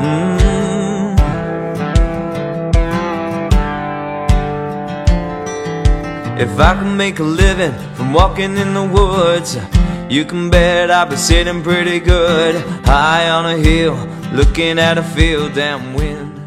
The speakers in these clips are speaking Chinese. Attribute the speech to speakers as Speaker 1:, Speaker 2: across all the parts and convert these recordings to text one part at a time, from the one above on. Speaker 1: 嗯，If I could make a living from walking in the woods, you can bet I'd be sitting pretty good high on a hill, looking at a field and wind.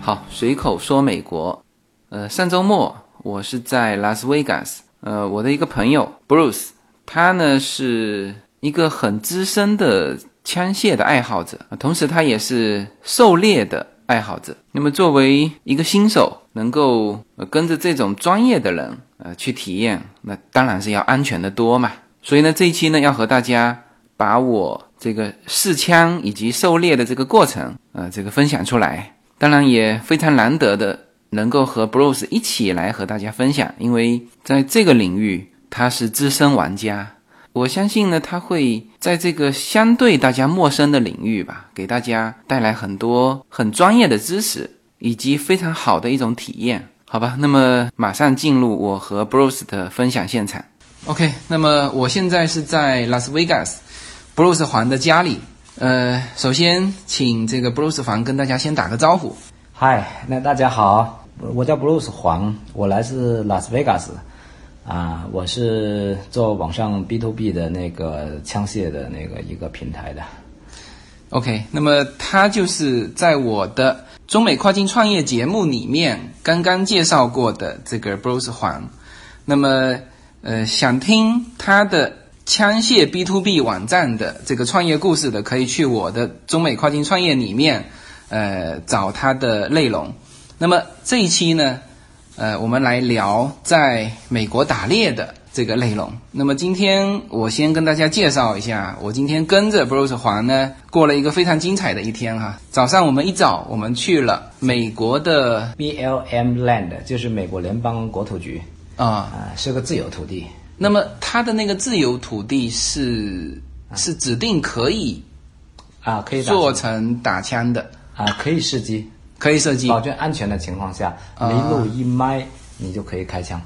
Speaker 2: 好，随口说美国。呃，上周末我是在拉斯维加斯，呃，我的一个朋友 Bruce，他呢是一个很资深的枪械的爱好者，呃同时他也是狩猎的爱好者。那么作为一个新手，能够、呃、跟着这种专业的人呃去体验，那当然是要安全的多嘛。所以呢，这一期呢要和大家把我这个试枪以及狩猎的这个过程，呃，这个分享出来。当然也非常难得的能够和 Bruce 一起来和大家分享，因为在这个领域他是资深玩家，我相信呢他会在这个相对大家陌生的领域吧，给大家带来很多很专业的知识以及非常好的一种体验，好吧？那么马上进入我和 Bruce 的分享现场。OK，那么我现在是在拉斯维加斯，布鲁斯环的家里。呃，首先请这个布鲁斯环跟大家先打个招呼。
Speaker 3: 嗨，那大家好，我叫 Bruce 黄，我来自拉斯维加斯，啊，我是做网上 B to B 的那个枪械的那个一个平台的。
Speaker 2: OK，那么他就是在我的中美跨境创业节目里面刚刚介绍过的这个 Bruce 黄。那么，呃，想听他的枪械 B to B 网站的这个创业故事的，可以去我的中美跨境创业里面，呃，找他的内容。那么这一期呢，呃，我们来聊在美国打猎的这个内容。那么今天我先跟大家介绍一下，我今天跟着 Bruce 黄呢过了一个非常精彩的一天哈、早上我们一早，我们去了美国的
Speaker 3: BLM Land 就是美国联邦国土局，
Speaker 2: 啊、
Speaker 3: 啊，是个自有土地，
Speaker 2: 那么它的那个自由土地是
Speaker 3: 嗯
Speaker 2: 是指定可以
Speaker 3: 啊，可以打
Speaker 2: 做成打枪的，
Speaker 3: 啊，可以试机，
Speaker 2: 可以射击。
Speaker 3: 保证安全的情况下，离路一迈你就可以开枪。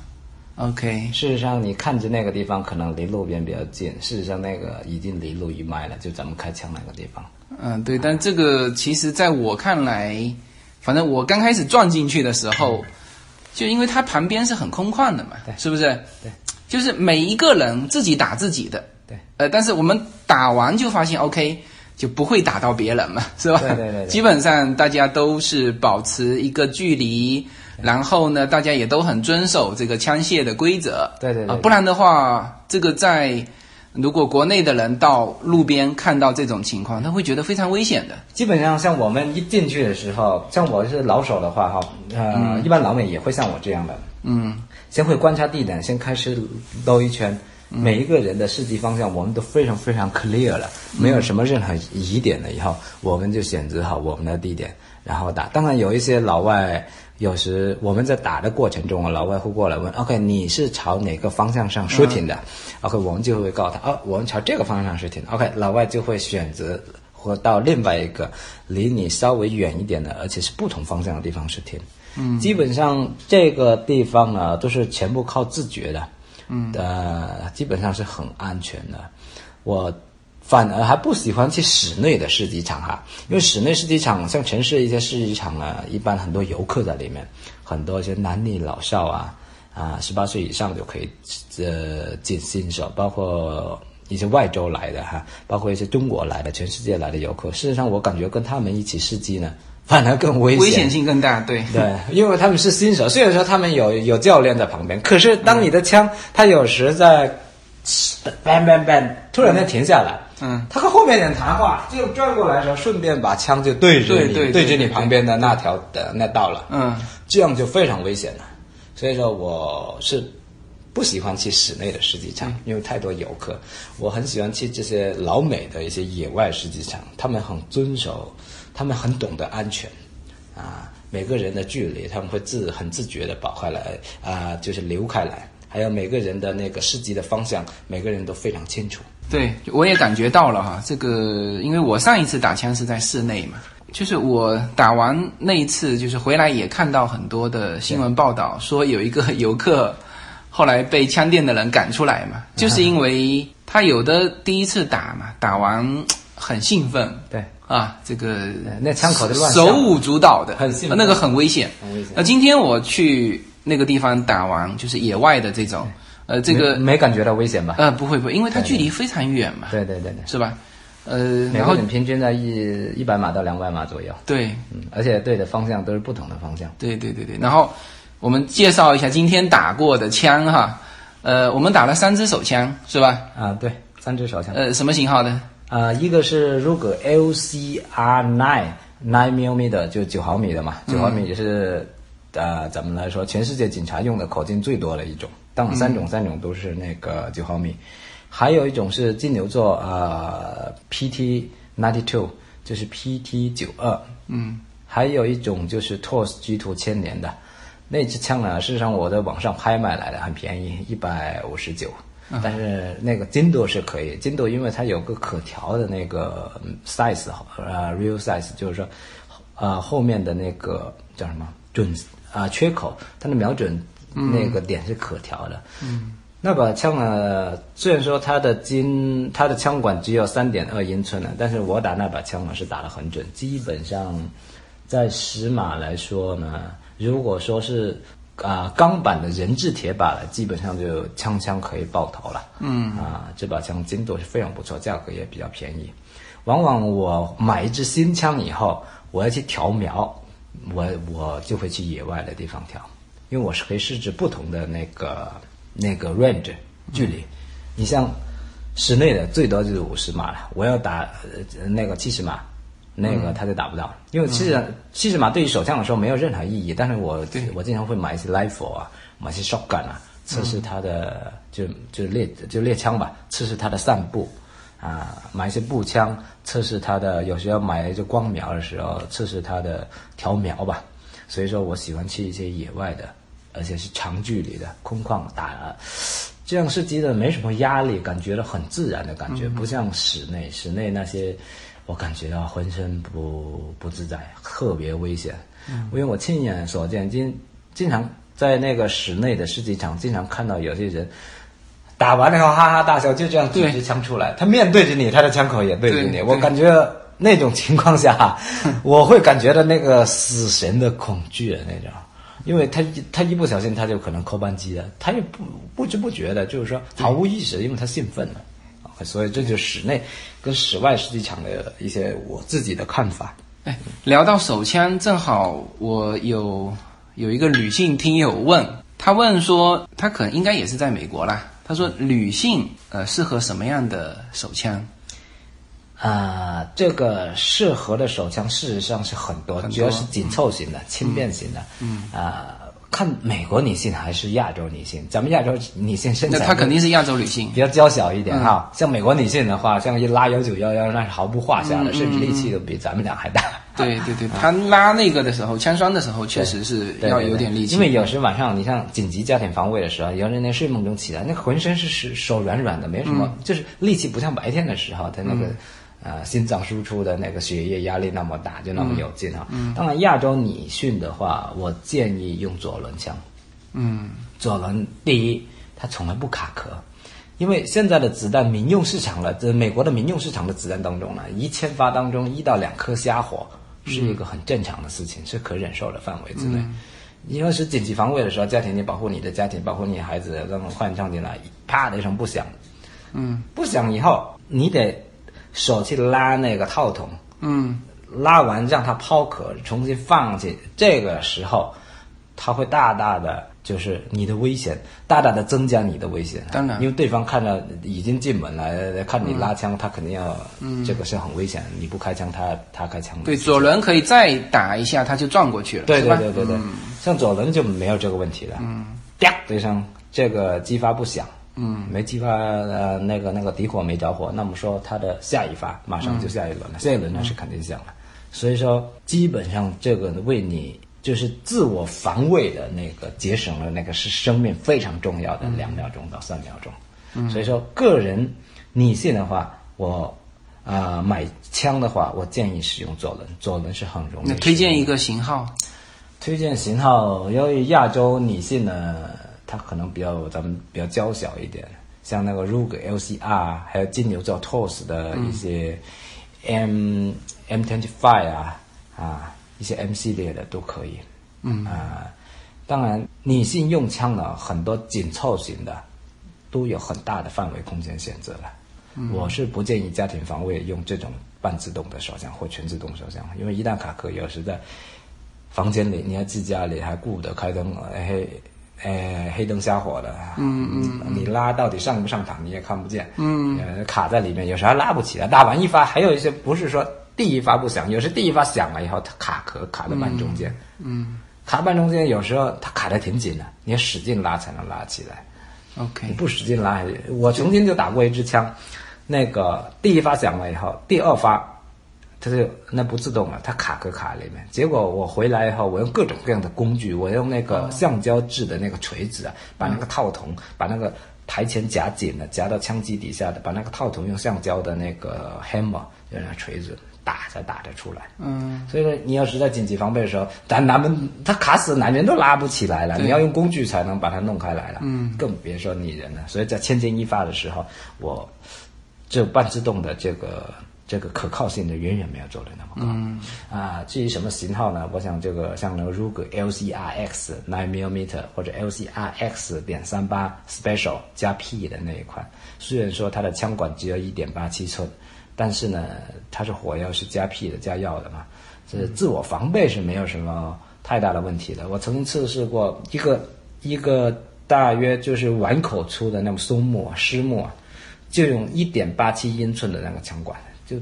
Speaker 2: OK，
Speaker 3: 事实上，你看着那个地方可能离路边比较近，事实上那个已经离路一迈了，就咱们开枪那个地方。
Speaker 2: 嗯，对，但这个其实在我看来，反正我刚开始撞进去的时候，就因为它旁边是很空旷的嘛，
Speaker 3: 嗯对
Speaker 2: 是不是？
Speaker 3: 对，
Speaker 2: 就是每一个人自己打自己的。
Speaker 3: 对，
Speaker 2: 呃，但是我们打完就发现，OK，就不会打到别人嘛，是吧？
Speaker 3: 对对对对
Speaker 2: 基本上大家都是保持一个距离，然后呢，大家也都很遵守这个枪械的规则。
Speaker 3: 对对对
Speaker 2: 啊、
Speaker 3: 对
Speaker 2: 不然的话，这个在如果国内的人到路边看到这种情况，他会觉得非常危险的。
Speaker 3: 基本上像我们一进去的时候，像我是老手的话哈，呃，一般老美也会像我这样的，
Speaker 2: 嗯，
Speaker 3: 先会观察地点，先开始兜一圈。每一个人的射击方向，我们都非常非常 clear 了，没有什么任何疑点了。以后我们就选择好我们的地点，然后打。当然有一些老外，有时我们在打的过程中啊，老外会过来问：“OK，你是朝哪个方向上射停的、o k 我们就会告诉他：“哦，我们朝这个方向上射停。”OK，老外就会选择或到另外一个离你稍微远一点的，而且是不同方向的地方去听。嗯，基本上这个地方呢，都是全部靠自觉的。嗯，呃，基本上是很安全的。我反而还不喜欢去室内的市集场哈，因为室内市集场像城市一些市集场啊，一般很多游客在里面，很多一些男女老少啊，啊，十八岁以上就可以呃进新手，包括一些外州来的哈，包括一些中国来的、全世界来的游客。事实上，我感觉跟他们一起试机呢，反而更危险。
Speaker 2: 危险性更大，对。
Speaker 3: 对，因为他们是新手，虽然说他们有有教练在旁边，可是当你的枪，他有时在 bang bang bang，突然间停下来，
Speaker 2: 嗯，
Speaker 3: 他和后面人谈话，就转过来的时候，顺便把枪就对着
Speaker 2: 对
Speaker 3: 你，
Speaker 2: 对对
Speaker 3: 着你
Speaker 2: 对
Speaker 3: 旁边的那条的那道了，
Speaker 2: 嗯，
Speaker 3: 这样就非常危险了。所以说，我是不喜欢去室内的市集场，因为太多游客。我很喜欢去这些老美的一些野外市集场，他们很遵守，他们很懂得安全啊，每个人的距离他们会自很自觉的保开来啊，就是留开来。还有每个人的那个市集的方向，每个人都非常清楚。
Speaker 2: 对，我也感觉到了哈，这个因为我上一次打枪是在室内嘛，就是我打完那一次，就是回来也看到很多的新闻报道，说有一个 游客后来被枪店的人赶出来 嘛，就是因为他有的第一次打嘛，打完很兴奋，
Speaker 3: 对
Speaker 2: 啊，这个
Speaker 3: 那枪口就乱
Speaker 2: 手
Speaker 3: 响
Speaker 2: 舞足蹈的，
Speaker 3: 很兴奋
Speaker 2: 呃那个很危险
Speaker 3: 很危险。
Speaker 2: 那今天我去那个地方打完，就是野外的这种，呃，这个
Speaker 3: 没没感觉到危险吧？
Speaker 2: 呃不会不会，因为它距离非常远嘛，
Speaker 3: 对对对对，
Speaker 2: 是吧？呃，然
Speaker 3: 每个
Speaker 2: 后
Speaker 3: 人平均在一一百码到两百码左右，
Speaker 2: 对
Speaker 3: 嗯，而且对的方向都是不同的方向。
Speaker 2: 对对对对，然后我们介绍一下今天打过的枪哈，呃，我们打了三支手枪是吧？
Speaker 3: 啊，对，三支手枪。
Speaker 2: 呃，什么型号的？
Speaker 3: 啊，一个是 Ruger LCR Nine Nine mm 就九毫米的嘛，九毫米也是、呃咱们来说全世界警察用的口径最多的一种。但我三种、三种都是那个九毫米，还有一种是金牛座呃 PT ninety two，就是 PT 九二。
Speaker 2: 嗯，
Speaker 3: 还有一种就是 TOS G 图千年的那支枪呢，事实上我在网上拍卖来的，很便宜，一百五十九。但是那个金度是可以，金度因为它有个可调的那个嗯 size 呃 real size，就是说，呃后面的那个叫什么准啊、缺口，它的瞄准那个点是可调的。嗯，那把枪呢，虽然说它的金它的枪管只有三点二英寸了，但是我打那把枪呢是打得很准，基本上在十码来说呢，如果说是啊、钢板的人质铁靶了，基本上就枪枪可以爆头了。嗯啊、这把枪精度是非常不错，价格也比较便宜。往往我买一支新枪以后，我要去调瞄，我我就会去野外的地方调，因为我是可以设置不同的那个那个 range 距离。你像室内的最多就是五十码了，我要打呃那个七十码，那个他就打不到，因为七十七十码对于手枪来说没有任何意义。但是我我经常会买一些 rifle 啊，买一些 shotgun 啊，测试它的、就就猎就猎枪吧，测试它的散步。啊，买一些步枪测试它的，有时候买就光瞄的时候测试它的调瞄吧。所以说我喜欢去一些野外的，而且是长距离的空旷打，这样射击的没什么压力，感觉到很自然的感觉，不像室内，室内那些我感觉到浑身不不自在，特别危险。因为我亲眼所见，经经常在那个室内的射击场，经常看到有些人。打完了以后哈哈大笑，就这样举
Speaker 2: 对
Speaker 3: 着枪出来。他面对着你，他的枪口也对着
Speaker 2: 对
Speaker 3: 你。
Speaker 2: 对
Speaker 3: 我感觉那种情况 下，我会感觉到那个死神的恐惧那种，因为他一他一不小心他就可能扣扳机了，他也不不知不觉的，就是说毫无意识，因为他兴奋了。所以这就是室内跟室外实际场的一些我自己的看法。
Speaker 2: 哎，聊到手枪，正好我有有一个女性听友问，她问说，她可能应该也是在美国啦。她说，女性呃适合什么样的手枪？
Speaker 3: 啊，这个适合的手枪事实上是很多，
Speaker 2: 很多
Speaker 3: 主要是紧凑型的、轻便型的。嗯啊、看美国女性还是亚洲女性？咱们亚洲女性身材
Speaker 2: 那她肯定嗯是亚洲女性
Speaker 3: 比。较娇小一点哈。像美国女性的话，像一拉幺九幺幺，那是毫不话下
Speaker 2: 嗯
Speaker 3: 的，甚至力气都比咱们俩还大。
Speaker 2: 对对对，她拉那个的时候，枪栓的时候，确实是
Speaker 3: 啊对
Speaker 2: 要
Speaker 3: 对对
Speaker 2: 有点力气。
Speaker 3: 因为有时晚上你像紧急家庭防卫的时候，有人在睡梦中起来，那浑身是是手软软的，没什么，
Speaker 2: 嗯
Speaker 3: 就是力气不像白天的时候，他那个、呃心脏输出的那个血液压力那么大，就那
Speaker 2: 嗯
Speaker 3: 么有劲哈。当然，亚洲女性的话，我建议用左轮枪。
Speaker 2: 嗯，
Speaker 3: 左轮第一，它从来不卡壳，因为现在的子弹民用市场了，这美国的民用市场的子弹当中呢，一千发当中一到两颗瞎火是一个很正常的事情，是可忍受的范围之内。你要是紧急防卫的时候，家庭你保护你的家庭，保护你的孩子，让换上进来，啪的一声不响，
Speaker 2: 嗯
Speaker 3: 不响以后，你得手去拉那个套筒，
Speaker 2: 嗯，
Speaker 3: 拉完让它抛壳，重新放进，这个时候，它会大大的就是你的危险，大大的增加你的危险。
Speaker 2: 当然嗯
Speaker 3: 因为对方看到已经进门来，看你拉枪，他肯定要，这个是很危险。你不开枪，他他开枪的。
Speaker 2: 对，左轮可以再打一下，她就撞过去了，
Speaker 3: 对
Speaker 2: 是
Speaker 3: 对
Speaker 2: 吧？嗯
Speaker 3: 对对对，像左轮就没有这个问题了。嗯，啪的一声，这个激发不响。嗯，没激发呃那个那个底火没着火，那么说它的下一发马上就
Speaker 2: 嗯
Speaker 3: 下一轮了，下一轮那是肯定响了。所以说，基本上这个为你就是自我防卫的那个节省了那个是生命非常重要的
Speaker 2: 嗯
Speaker 3: 两秒钟到三秒钟。嗯，所以说个人女性的话，我。啊、买枪的话，我建议使用左轮，左轮是很容易
Speaker 2: 那
Speaker 3: 使用的。
Speaker 2: 推荐一个型号，
Speaker 3: 推荐型号，由于亚洲女性呢，她可能比较咱们比较娇小一点，像那个 Rug LCR，还有金牛座 TOS 的一些、 M M twenty five 啊啊一些 M 系列的都可以。嗯啊，当然女性用枪呢，很多紧凑型的都有很大的范围空间选择了。我是不建议家庭防卫用这种半自动的手枪或全自动手枪，因为一旦卡壳，有时在房间里，你还自家里还顾不得开灯，呃黑，呃黑灯瞎火的，嗯嗯，你拉到底上不上膛你也看不见，嗯，卡在里面，有时候还拉不起来，打完一发，还有一些不是说第一发不响，有时第一发响了以后，它卡壳卡在半中间，嗯，卡半中间，有时候它卡的挺紧的，你要使劲拉才能拉起来，你
Speaker 2: ，OK，
Speaker 3: 不使劲拉还是，我曾经就打过一支枪，那个第一发响了以后，第二发，它就那不自动了，它卡壳卡里面。结果我回来以后，我用各种各样的工具，我用那个橡胶制的那个锤子啊，把那个套筒，把那个台前夹紧的夹到枪机底下的，把那个套筒用橡胶的那个 hammer 用那锤子打才打得出来。
Speaker 2: 嗯，
Speaker 3: 所以说，你要是在紧急防备的时候，咱男们他卡死男人都拉不起来了，你要用工具才能把它弄开来了，嗯，更别说女人了。所以在千钧一发的时候，我这半自动的这个这个可靠性的远远没有做的那么高。嗯啊，至于什么型号呢？我想这个像那个 Ruger LCRX 9 mm 或者 LCRX 点三八 Special 加 P 的那一款，虽然说它的枪管只有一点八七寸，但是呢，它是火药是加 P 的加药的嘛，这自我防备是没有什么太大的问题的。我曾经测试过一个一个大约就是碗口粗的那种松木啊、湿木啊，就用一点八七英寸的那个枪管，就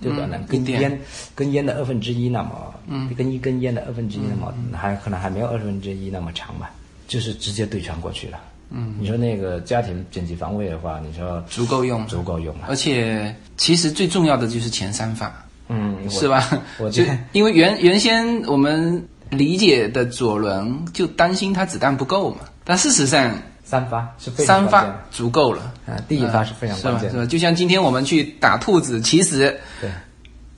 Speaker 3: 就可能跟烟、跟烟的二分之一那么，嗯，跟一根烟的二分之一那么，还可能还没有二分之一那么长吧，就是直接对穿过去了。嗯，你说那个家庭紧急防卫的话，你说
Speaker 2: 足够用，
Speaker 3: 足够用了。
Speaker 2: 而且其实最重要的就是前三发，
Speaker 3: 嗯，我
Speaker 2: 是吧？
Speaker 3: 我
Speaker 2: 就
Speaker 3: 觉得
Speaker 2: 因为原原先我们理解的左轮就担心它子弹不够嘛，但事实上
Speaker 3: 三发是非常
Speaker 2: 三
Speaker 3: 关
Speaker 2: 发
Speaker 3: 键的
Speaker 2: 足够了。嗯
Speaker 3: 啊，第一发是非常关键
Speaker 2: 是吧？
Speaker 3: 的。
Speaker 2: 是吧？就像今天我们去打兔子，其实
Speaker 3: 对，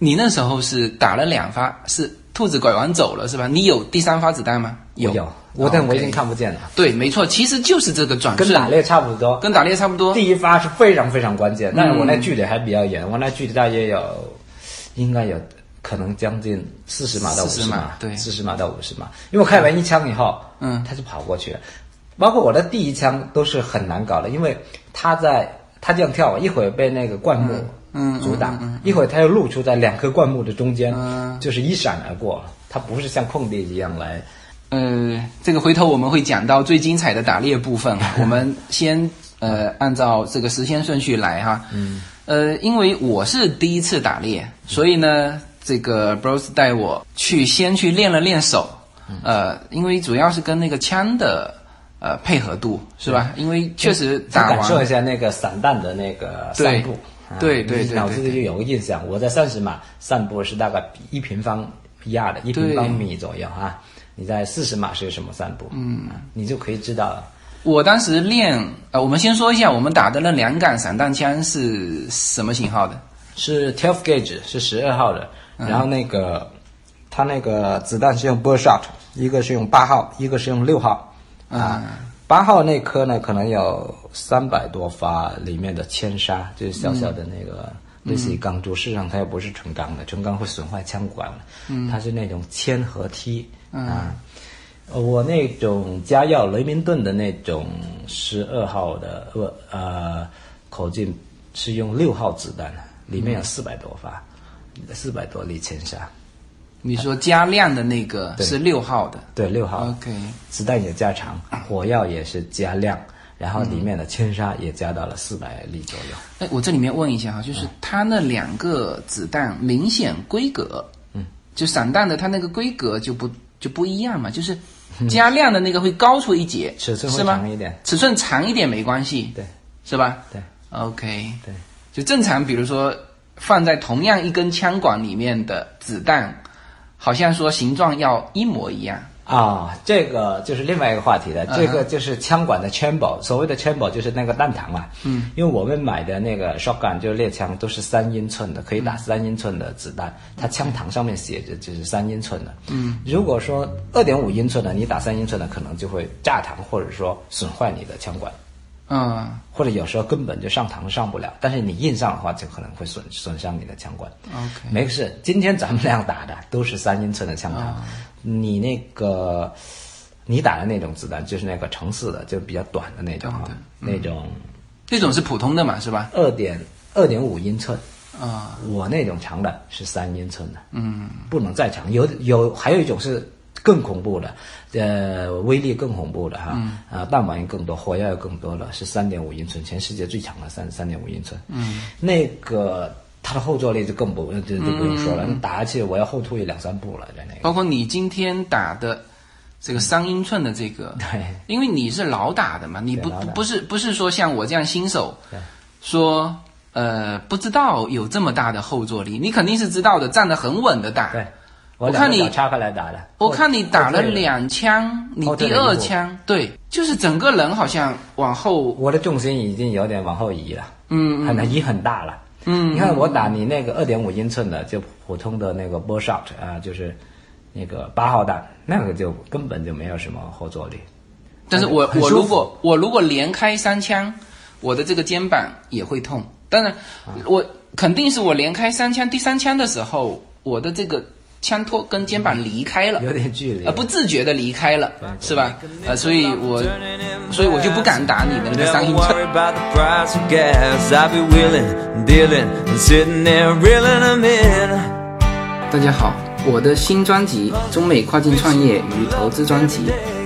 Speaker 2: 你那时候是打了两发，是兔子拐弯走了，是吧？你有第三发子弹吗？
Speaker 3: 我有，我但我已
Speaker 2: 啊
Speaker 3: 经看不见了，
Speaker 2: 对，没错，其实就是这个转
Speaker 3: 跟
Speaker 2: 瞬，
Speaker 3: 打猎差不多。
Speaker 2: 跟打猎差不多。嗯
Speaker 3: 第一发是非常非常关键，但是我那距离还比较远，我那距离大约有，应该有可能将近四十码到五
Speaker 2: 40
Speaker 3: 十
Speaker 2: 码
Speaker 3: 码，
Speaker 2: 对
Speaker 3: 四十码到五十码。因为我开完一枪以后，
Speaker 2: 嗯
Speaker 3: 他就跑过去了。包括我的第一枪都是很难搞的，因为他在他这样跳，一会儿被那个灌木
Speaker 2: 嗯嗯
Speaker 3: 阻挡，一会儿他又露出在两棵灌木的中间，
Speaker 2: 嗯
Speaker 3: 就是一闪而过，他不是像空地一样来。
Speaker 2: 呃，这个回头我们会讲到最精彩的打猎部分，啊 我们先呃按照这个时间顺序来哈。嗯。呃，因为我是第一次打猎，所以呢，这个 Bros 带我去先去练了练手，
Speaker 3: 嗯
Speaker 2: 呃，因为主要是跟那个枪的呃配合度是吧？因为确实
Speaker 3: 先
Speaker 2: 打
Speaker 3: 感受一
Speaker 2: 完
Speaker 3: 下那个散弹的那个
Speaker 2: 对
Speaker 3: 散步，啊
Speaker 2: 对对
Speaker 3: 你
Speaker 2: 对
Speaker 3: 脑
Speaker 2: 对
Speaker 3: 子
Speaker 2: 对
Speaker 3: 里就有个印象。我在三十码散步是大概一平方亚的一平方米左右啊，你在四十码是什么散步？嗯，你就可以知道了。
Speaker 2: 我当时练呃，我们先说一下我们打的那两杆散弹枪是什么型号的？
Speaker 3: 是 twelve gauge 是十二号的，然后那个、它那个子弹是用 bullshot，一个是用八号，一个是用六号啊。八号那颗呢，可能有三百多发，里面的铅砂就是小小的那个，类似于钢珠。事实上它又不是纯钢的，纯钢会损坏枪管的，它是那种铅合梯啊。呃我那种加药雷明顿的那种十二号的，呃呃，口径是用六号子弹，里面有四百多发，四百多粒铅砂，
Speaker 2: 你说加量的那个是六号的
Speaker 3: 对，六号。
Speaker 2: ，OK。
Speaker 3: 子弹也加长，火药也是加量，然后里面的铅砂也加到了四百粒左右。
Speaker 2: 哎，我这里面问一
Speaker 3: 啊
Speaker 2: 下哈，就是它那两个子弹明显规格，嗯，就散弹的它那个规格就不就不一样嘛，就是加量的那个会高出一截，
Speaker 3: 嗯尺寸会
Speaker 2: 是吗
Speaker 3: 长一点
Speaker 2: 尺寸长一点没关系，
Speaker 3: 对，
Speaker 2: 是吧？
Speaker 3: 对
Speaker 2: ，OK，
Speaker 3: 对，
Speaker 2: 就正常，比如说放在同样一根枪管里面的子弹，好像说形状要一模一样，
Speaker 3: 啊，这个就是另外一个话题了。这个就是枪管的 chamber，所谓的 chamber 就是那个弹膛嘛。嗯，因为我们买的那个 shotgun 就是猎枪，都是三英寸的，可以打三英寸的子弹。它枪膛上面写着就是三英寸的。嗯，如果说二点五英寸的，你打三英寸的，可能就会炸膛或者说损坏你的枪管。
Speaker 2: 嗯
Speaker 3: 或者有时候根本就上膛上不了，但是你硬上的话，就可能会损损伤你的枪管。
Speaker 2: ，OK，
Speaker 3: 没事，今天咱们俩打的都是三英寸的枪膛，你那个你打的那种子弹就是那个城市的，就比较短的那种啊，那种
Speaker 2: 这种是普通的嘛，是吧？
Speaker 3: 二点二点五英寸。
Speaker 2: 啊、
Speaker 3: 我那种长的是三英寸的，嗯，不能再长。有有还有一种是更恐怖的，呃，威力更恐怖的哈，
Speaker 2: 嗯
Speaker 3: 啊，弹丸也更多，火药也更多了，是三点五英寸，全世界最长的三三点五英寸。嗯，那个它的后坐力就更不就就不用说
Speaker 2: 嗯
Speaker 3: 了，你打下去我要后退两三步了，在那个。
Speaker 2: 包括你今天打的这个三英寸的这个，
Speaker 3: 对，
Speaker 2: 因为你是老打的嘛，你不
Speaker 3: 对老
Speaker 2: 不
Speaker 3: 打
Speaker 2: 不是不是说像我这样新手
Speaker 3: 对，
Speaker 2: 说呃不知道有这么大的后坐力，你肯定是知道的，站得很稳的打。
Speaker 3: 对，
Speaker 2: 我
Speaker 3: 两
Speaker 2: 看
Speaker 3: 个
Speaker 2: 你
Speaker 3: 脚插开来打的，
Speaker 2: 我看你打了
Speaker 3: 后退
Speaker 2: 两枪，你
Speaker 3: 后退
Speaker 2: 第
Speaker 3: 了一
Speaker 2: 二
Speaker 3: 步
Speaker 2: 枪，对，就是整个人好像往后，
Speaker 3: 我的重心已经有点往后移了，
Speaker 2: 嗯，
Speaker 3: 很移很大了。嗯，你看我打你那个二点五英寸的，就普通的那个 b u l l shot 啊、就是那个八号弹，那个就根本就没有什么后坐力。
Speaker 2: 但是我
Speaker 3: 很
Speaker 2: 我
Speaker 3: 舒
Speaker 2: 如
Speaker 3: 服
Speaker 2: 果我如果连开三枪，我的这个肩膀也会痛。当然，
Speaker 3: 啊
Speaker 2: 我肯定是我连开三枪，第三枪的时候，我的这个枪托跟肩膀离开了，
Speaker 3: 有点距离
Speaker 2: 呃，不自觉的离开了，是吧？呃，所以我
Speaker 1: So
Speaker 2: 所以我就不敢打你的那个三
Speaker 1: Never
Speaker 2: 英寸。
Speaker 1: worry about the price of gas. I'll be willing and dealing and sitting there reeling them in.
Speaker 2: 大家好，我的新专辑《中美跨境创业与投资》专辑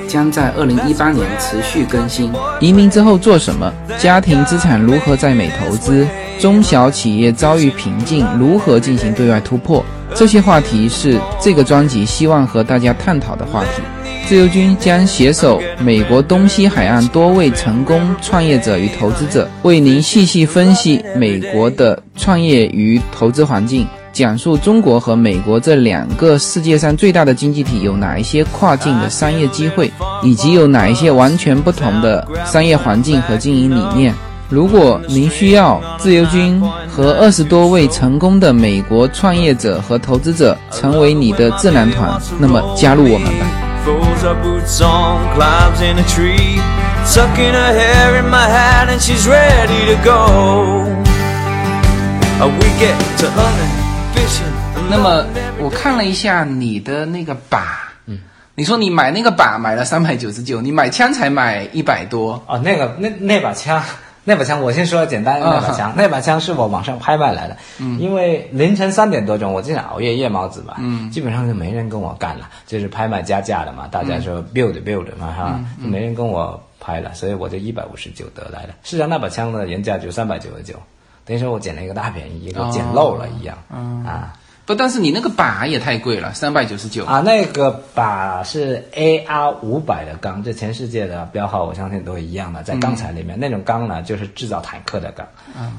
Speaker 2: 将在二零一八年持续更新。移民之后做什么？家庭资产如何在美投资？中小企业遭遇瓶颈，如何进行对外突破？这些话题是这个专辑希望和大家探讨的话题。自由军将携手美国东西海岸多位成功创业者与投资者，为您细细分析美国的创业与投资环境，讲述中国和美国这两个世界上最大的经济体有哪一些跨境的商业机会，以及有哪一些完全不同的商业环境和经营理念。如果您需要自由军和二十多位成功的美国创业者和投资者成为你的智囊团，那么加入我们吧。
Speaker 1: Throws her boots on, climbs in a tree, tucking her hair in my hat, and she's ready to go. Uh, We get to hunting, fishing.
Speaker 2: 那么我看了一下你的那个靶，嗯，你说你买那个靶买了三百九十九，你买枪才买一百多，
Speaker 3: 哦，那个那那把枪， 那把枪，我先说简单的
Speaker 2: 啊
Speaker 3: 那把枪，那把枪是我网上拍卖来的，因为凌晨三点多钟，我经常熬夜夜猫子吧，基本上就没人跟我干了，就是拍卖加价的嘛，大家说 build build 嘛哈，就没人跟我拍了，所以我就一百五十九得来的，事实上那把枪的原价就三百九十九，等于说我捡了一个大便宜，一个捡漏了一样，啊。
Speaker 2: 不，但是你那个靶也太贵了，三百九十九，
Speaker 3: 啊，那个靶是 AR 五百的钢，这全世界的标号我相信都一样的，在钢材里面、那种钢呢，就是制造坦克的钢，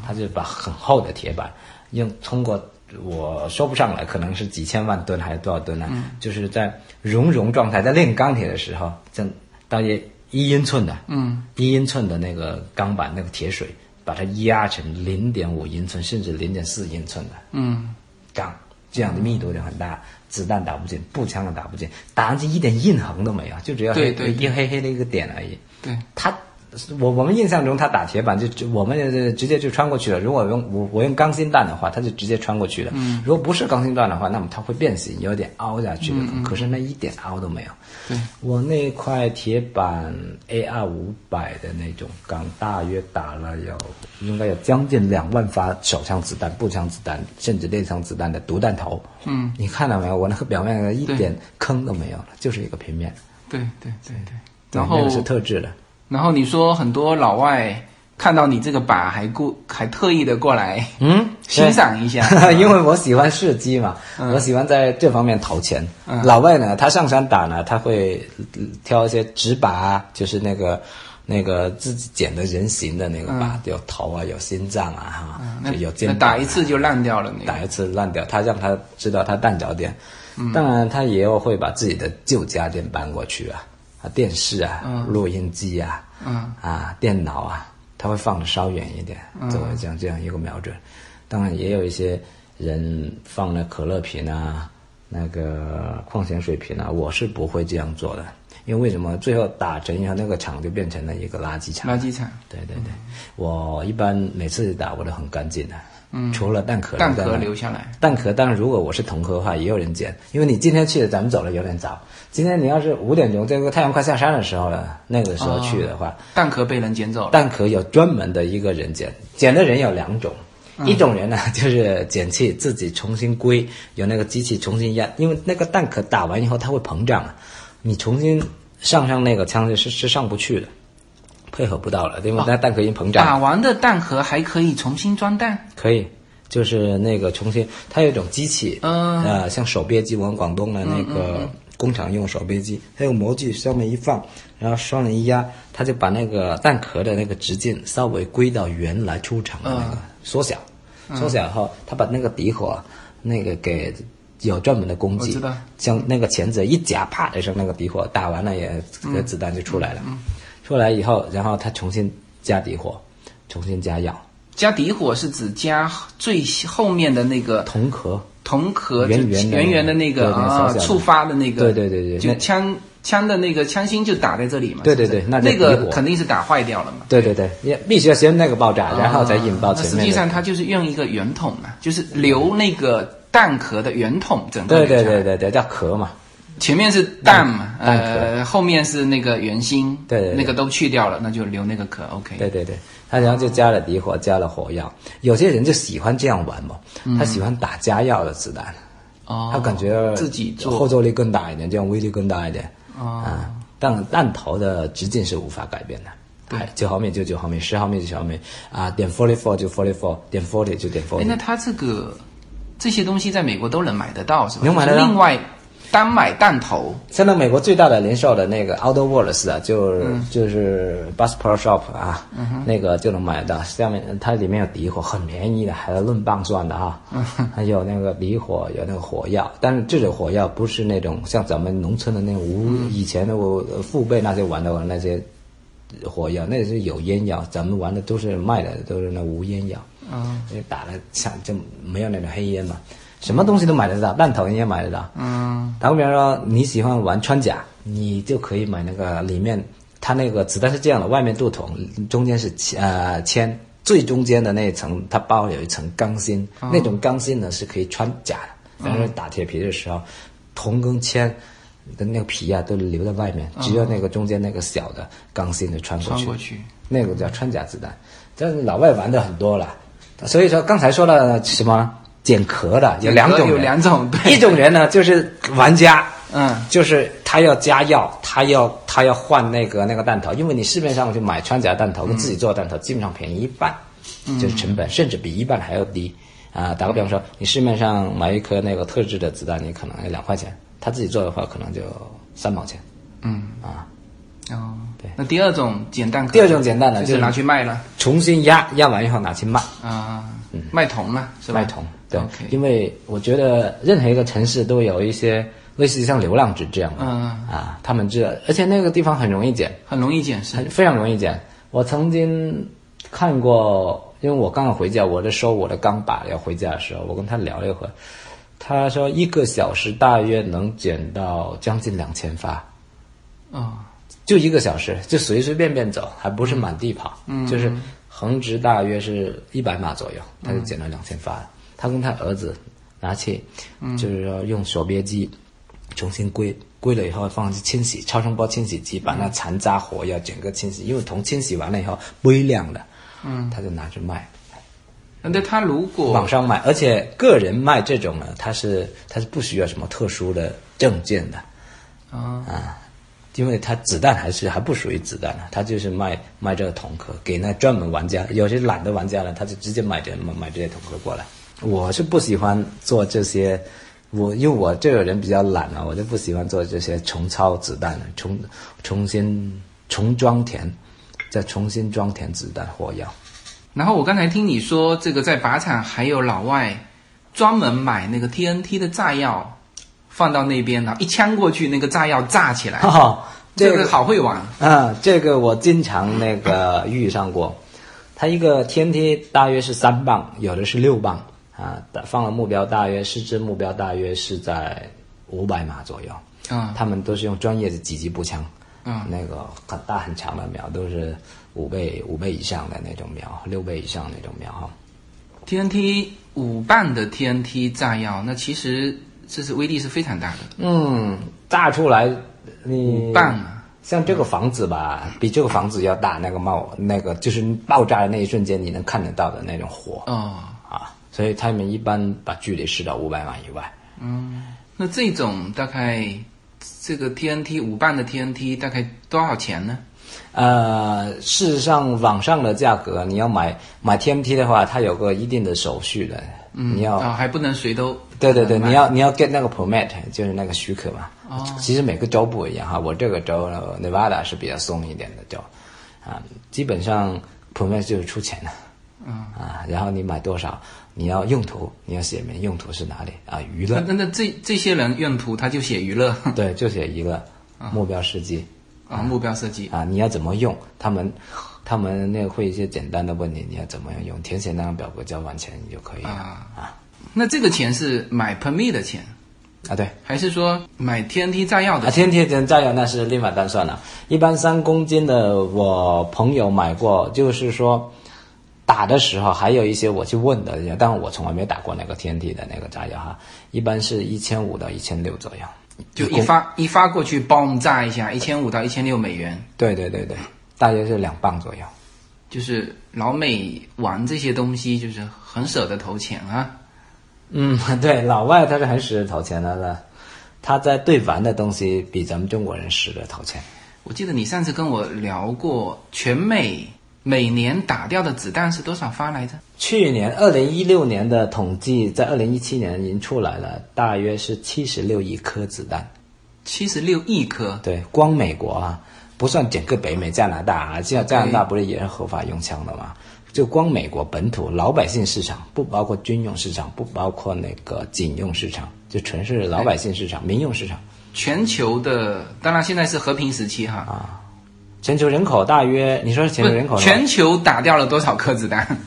Speaker 3: 它就是把很厚的铁板用通过。我说不上来，可能是几千万吨还是多少吨呢？就是在熔融状态，在炼钢铁的时候，这大约一英寸的，嗯，一英寸的那个钢板，那个铁水，把它压成零点五英寸，甚至零点四英寸的，
Speaker 2: 嗯
Speaker 3: 钢，这样的密度就很大，子弹打不进，步枪也打不进，打上去一点印痕都没有，就只要
Speaker 2: 对
Speaker 3: 黑
Speaker 2: 对对
Speaker 3: 一黑黑的一个点而已。
Speaker 2: 对，
Speaker 3: 他，我我们印象中他打铁板就就我们呃直接就穿过去了。如果用我我用钢筋弹的话，他就直接穿过去了。
Speaker 2: 嗯
Speaker 3: 如果不是钢筋弹的话，那么它会变形，有点凹下去的。可是那一点凹都没有。
Speaker 2: 嗯对
Speaker 3: 我那块铁板 AR 五百的那种钢，大约打了有应该有将近两万发手枪子弹、步枪子弹，甚至猎枪子弹的毒弹头。嗯，你看到没有？我那个表面一
Speaker 2: 对
Speaker 3: 点坑都没有了，就是一个平面。
Speaker 2: 对对对对，
Speaker 3: 对
Speaker 2: 然后
Speaker 3: 那个是特制的。，
Speaker 2: 然后你说很多老外看到你这个靶还过还特意的过来，嗯，欣赏一下 嗯
Speaker 3: 因为我喜欢射击嘛，我喜欢在这方面投钱。老外呢，他上山打呢，他会呃挑一些直靶啊，就是那个那个自己剪的人形的那个靶，有头啊，有心脏啊，哈，
Speaker 2: 嗯那
Speaker 3: 就有肩
Speaker 2: 那
Speaker 3: 膀啊
Speaker 2: 打一次就烂掉了，那
Speaker 3: 打
Speaker 2: 个
Speaker 3: 一次烂掉，他让他知道他弹着点。
Speaker 2: 嗯
Speaker 3: 当然，他也有会把自己的旧家电搬过去啊，啊，电视啊，录音机啊，
Speaker 2: 嗯
Speaker 3: 啊，电脑啊，他会放的稍远一点，作为这样这样一个瞄准。当然，也有一些人放了可乐瓶啊，那个矿泉水瓶啊，我是不会这样做的，因为为什么最后打折以后，那个场就变成了一个垃圾场？
Speaker 2: 垃圾场。
Speaker 3: 对对对，我一般每次打我都很干净的、嗯，除了蛋壳，
Speaker 2: 蛋壳留下来。
Speaker 3: 蛋壳当然，如果我是同科的话，也有人捡，因为你今天去的，咱们走的有点早。今天你要是五点钟，这个太阳快下山的时候了，那个时候去的话，
Speaker 2: 蛋壳被人捡走了。
Speaker 3: 蛋壳有专门的一个人捡，捡的人有两种，一种人呢就是捡去自己重新归，有那个机器重新压，因为那个蛋壳打完以后它会膨胀啊，你重新上上那个枪是是上不去的，配合不到了，因为那蛋壳已经膨胀了。
Speaker 2: 打完的蛋壳还可以重新装蛋。
Speaker 3: 可以，就是那个重新，它有一种机器，
Speaker 2: 嗯
Speaker 3: 呃，像手别机，我们广东的那个工厂用手别机，它用模具上面一放，然后双人一压，它就把那个蛋壳的那个直径稍微归到原来出厂的那
Speaker 2: 啊
Speaker 3: 个，缩小，
Speaker 2: 嗯
Speaker 3: 缩小后，它把那个底火啊那个给。有专门的工
Speaker 2: 我
Speaker 3: 具
Speaker 2: 知道，
Speaker 3: 像那个钳子一夹，啪的一声，那个底火打完了
Speaker 2: 嗯
Speaker 3: 也，个子弹就出来了。出来以后，然后它重新加底火，重新加药，
Speaker 2: 加底火是指加最后面的那个
Speaker 3: 铜壳
Speaker 2: 铜壳，
Speaker 3: 圆
Speaker 2: 就
Speaker 3: 圆的
Speaker 2: 圆圆的那
Speaker 3: 对
Speaker 2: 个
Speaker 3: 那个小
Speaker 2: 啊
Speaker 3: 小，的
Speaker 2: 触发的那个，
Speaker 3: 对对对对
Speaker 2: 就
Speaker 3: 那
Speaker 2: 枪枪的那个枪芯就打在这里嘛，
Speaker 3: 对对
Speaker 2: 是不是
Speaker 3: 对那就
Speaker 2: 那个
Speaker 3: 底火
Speaker 2: 肯定是打坏掉了嘛。
Speaker 3: 对对对，也必须要先那个爆炸，然后才引爆
Speaker 2: 啊那
Speaker 3: 前
Speaker 2: 实
Speaker 3: 面
Speaker 2: 际
Speaker 3: 的。
Speaker 2: 上它就是用一个圆筒嘛，就是留那个蛋壳的圆筒，整个
Speaker 3: 对
Speaker 2: 留
Speaker 3: 对
Speaker 2: 下来
Speaker 3: 对，对对，叫壳嘛。
Speaker 2: 嗯前面是蛋嘛，
Speaker 3: 蛋壳
Speaker 2: 呃，后面是那个圆心，
Speaker 3: 对对对
Speaker 2: 那个都去掉了，那就留那个壳，OK。
Speaker 3: 对对对，他然后就加了底火，加了火药。有些人就喜欢这样玩嘛，他喜欢打加药的子弹，
Speaker 2: 嗯哦，
Speaker 3: 他感觉
Speaker 2: 自己做
Speaker 3: 后坐力更大一点，这样威力更大一点。
Speaker 2: 哦
Speaker 3: 啊，但弹头的直径是无法改变的。对，九毫米就九毫米，十毫米就十毫米啊，点 forty four 就 forty four，点 forty 就点 forty。
Speaker 2: 哎，那它这个这些东西在美国都能买得到是吧？
Speaker 3: 能买得到
Speaker 2: 就是另外单买弹头，
Speaker 3: 现在美国最大的零售的那个 Outdoor Worlds 啊，就是、就是 Bass Pro Shop 啊，那个就能买到。下面它里面有底火，很便宜的，还有论磅算的啊。还有那个底火，有那个火药，但是这种火药不是那种像咱们农村的那种无、以前的我呃父辈那些玩的那些呃火药，那是有烟药，咱们玩的都是卖的都是那无烟药。
Speaker 2: 嗯，
Speaker 3: 因为打了枪就没有那种黑烟嘛，什么东西都买得到，弹头你也买得到。
Speaker 2: 嗯，
Speaker 3: 打个比方说，你喜欢玩穿甲，你就可以买那个里面它那个子弹是这样的，外面镀铜，中间是呃铅，最中间的那一层它包有一层钢芯，
Speaker 2: 哦
Speaker 3: 那种钢芯呢是可以穿甲的，但是打铁皮的时候，铜跟铅。跟那个皮啊都留在外面，只有那个中间那个小的钢芯就穿
Speaker 2: 嗯穿过去。
Speaker 3: 那个叫穿甲子弹，但是老外玩的很多了。所以说刚才说了什么捡壳的有两种人，
Speaker 2: 有两种对
Speaker 3: 一种人呢就是玩家，
Speaker 2: 嗯
Speaker 3: 就是他要加药，他要他要换那个那个弹头，因为你市面上去买穿甲弹头跟自己做的弹头基本上便宜一半，
Speaker 2: 嗯
Speaker 3: 就是成本甚至比一半还要低。啊，打个比方说，你市面上买一颗那个特制的子弹，你可能要两块钱，他自己做的话可能就三毛钱。
Speaker 2: 嗯
Speaker 3: 啊，
Speaker 2: 哦，
Speaker 3: 对
Speaker 2: 那第二种捡蛋壳，
Speaker 3: 第二种捡蛋呢
Speaker 2: 就
Speaker 3: 就
Speaker 2: 是
Speaker 3: 是
Speaker 2: 拿去卖了
Speaker 3: 重新压压完以后拿去卖，
Speaker 2: 啊，卖铜了是吧？
Speaker 3: 嗯卖铜，对
Speaker 2: OK
Speaker 3: 因为我觉得任何一个城市都有一些类似于像流浪者这样的，
Speaker 2: 嗯
Speaker 3: 啊，他们这，而且那个地方很容易捡，
Speaker 2: 很容易捡是
Speaker 3: 很非常容易捡。我曾经看过，因为我刚刚回家，我在收我的钢把要回家的时候，我跟他聊了一会儿，他说一个小时大约能捡到将近两千发，
Speaker 2: 哦，
Speaker 3: 就一个小时，就随随便便走，还不是满地跑，就是横直大约是一百码左右，他就捡了两千发了。他跟他儿子拿去，就是说用手别机重新归归了以后，放去清洗，超声波清洗机把那残渣火药整个清洗，因为铜清洗完了以后不会亮的，嗯，他就拿去卖，
Speaker 2: 那他如
Speaker 3: 网
Speaker 2: 果
Speaker 3: 上卖，而且个人卖这种呢，他是他是不需要什么特殊的证件的，
Speaker 2: 啊，
Speaker 3: 因为它子弹还是还不属于子弹呢，它就是卖卖这个铜壳给那专门玩家，有些懒的玩家呢，他就直接买这买买这些铜壳过来。我是不喜欢做这些，我因为我这个人比较懒啊，我就不喜欢做这些重操子弹的，重重新重装填，再重新装填子弹火药。
Speaker 2: 然后我刚才听你说这个在靶场还有老外专门买那个 TNT 的炸药。放到那边，然后一枪过去，那个炸药炸起 来，
Speaker 3: 哈、哈，
Speaker 2: 这个好会玩。
Speaker 3: 啊，这个我经常那个遇上过，它一个天梯大约是三磅，有的是六磅啊，打放了目标大约失之目标大约是在五百码左右，
Speaker 2: 啊
Speaker 3: 他们都是用专业的狙击步枪，
Speaker 2: 啊
Speaker 3: 那个很大很长的瞄，都是五倍五倍以上的那种瞄，六倍以上那种瞄哈。
Speaker 2: ，TNT 五磅的 TNT 炸药，那其实这是威力是非常大的，
Speaker 3: 嗯，炸出来你
Speaker 2: 磅啊，
Speaker 3: 像这个房子吧，比这个房子要大，那个冒那个就是爆炸的那一瞬间你能看得到的那种火
Speaker 2: 哦，
Speaker 3: 啊，所以他们一般把距离设到五百码以外。
Speaker 2: 那这种大概这个 TNT 五磅的 TNT 大概多少钱呢？
Speaker 3: 呃，事实上，网上的价格，你要买买 TMT 的话，它有个一定的手续的，你要、
Speaker 2: 哦，还不能谁都
Speaker 3: 对对对，
Speaker 2: 买
Speaker 3: 你要你要 get 那个 permit，就是那个许可嘛。其实每个州不一样哈，我这个州呃 Nevada 是比较松一点的州，啊，基本上 permit 就是出钱的，啊，然后你买多少，你要用途，你要写明用途是哪里啊，娱乐
Speaker 2: 那，那那这这些人用途他就写娱乐
Speaker 3: 对，就写一个目标司机。
Speaker 2: 啊，目标设计
Speaker 3: 啊，你要怎么用？他们他们那个会一些简单的问题，你要怎么样用？填写那张表格，交完钱你就可以了啊
Speaker 2: 啊那这个钱是买 permit 的钱，
Speaker 3: 啊对。
Speaker 2: 还是说买 TNT 炸药
Speaker 3: 啊，
Speaker 2: 的钱？
Speaker 3: 天天人炸药那是另外单算了。一般三公斤的，我朋友买过，就是说打的时候，还有一些我去问的，但我从来没打过那个天地的那个炸药哈，一般是一千五到一千六左右。
Speaker 2: 就一
Speaker 3: 公
Speaker 2: 发一发过去，嘣炸一下，一千五到一千六美元，
Speaker 3: 对对对对，大约是两磅左右。
Speaker 2: 就是老美玩这些东西就是很舍得投钱啊。
Speaker 3: 嗯，对，老外他是很舍得投钱的了，他在对玩的东西比咱们中国人舍得投钱。
Speaker 2: 我记得你上次跟我聊过，全美每年打掉的子弹是多少发来着？
Speaker 3: 去年二零一六年的统计，在二零一七年已经出来了，大约是七十六亿颗子弹。
Speaker 2: 七十六亿颗，
Speaker 3: 对，光美国啊，不算整个北美加拿大啊，加加拿大
Speaker 2: OK
Speaker 3: 不是也是合法用枪的吗？就光美国本土老百姓市场，不包括军用市场，不包括那个警用市场，就纯是老百姓市场、民用市场。
Speaker 2: 全球的，当然现在是和平时期哈，
Speaker 3: 全球人口大约，你说是啊全球人
Speaker 2: 不
Speaker 3: 口吗
Speaker 2: 全球打掉了多少颗子弹？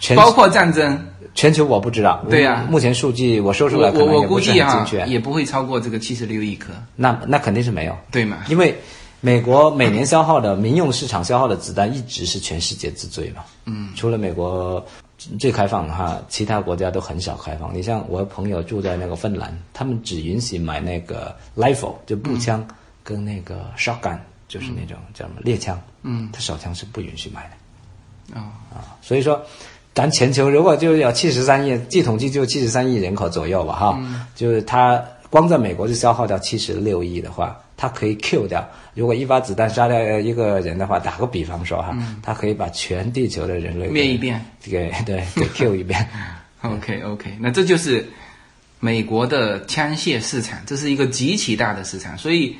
Speaker 3: 全
Speaker 2: 包括战争，
Speaker 3: 全球我不知道，
Speaker 2: 对呀
Speaker 3: 目前数据我说出
Speaker 2: 我
Speaker 3: 来可
Speaker 2: 我
Speaker 3: 能
Speaker 2: 我
Speaker 3: 也
Speaker 2: 估
Speaker 3: 不是
Speaker 2: 计
Speaker 3: 很
Speaker 2: 哈
Speaker 3: 精确，
Speaker 2: 也不会超过这个七十六亿颗，
Speaker 3: 那那肯定是没有，
Speaker 2: 对吗？
Speaker 3: 因为美国每年消耗的民用市场消耗的子弹一直是全世界之最嘛，嗯，除了美国最开放哈，其他国家都很少开放。你像我朋友住在那个芬兰，他们只允许买那个 rifle 就步枪跟那个 shotgun，就是那种叫什么猎枪，嗯，他手枪是不允许买的。
Speaker 2: 哦，
Speaker 3: 所以说，咱全球如果就有七十三亿，据统计就七十三亿人口左右吧，哈，
Speaker 2: 嗯
Speaker 3: 就是它光在美国就消耗掉七十六亿的话，它可以 Q 掉。如果一发子弹杀掉一个人的话，打个比方说哈，它可以把全地球的人类
Speaker 2: 嗯
Speaker 3: 给
Speaker 2: 灭一遍。
Speaker 3: 给对给 Q 一遍。
Speaker 2: OK OK，那这就是美国的枪械市场，这是一个极其大的市场，所以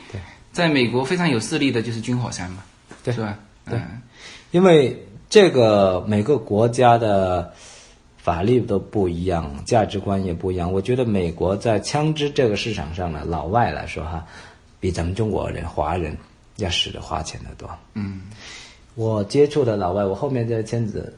Speaker 2: 在美国非常有势力的就是军火商嘛，
Speaker 3: 对
Speaker 2: 是吧？对、
Speaker 3: 因为这个每个国家的法律都不一样，价值观也不一样。我觉得美国在枪支这个市场上呢，老外来说哈，比咱们中国人、华人要使得花钱的多。
Speaker 2: 嗯，
Speaker 3: 我接触的老外，我后面这个圈子。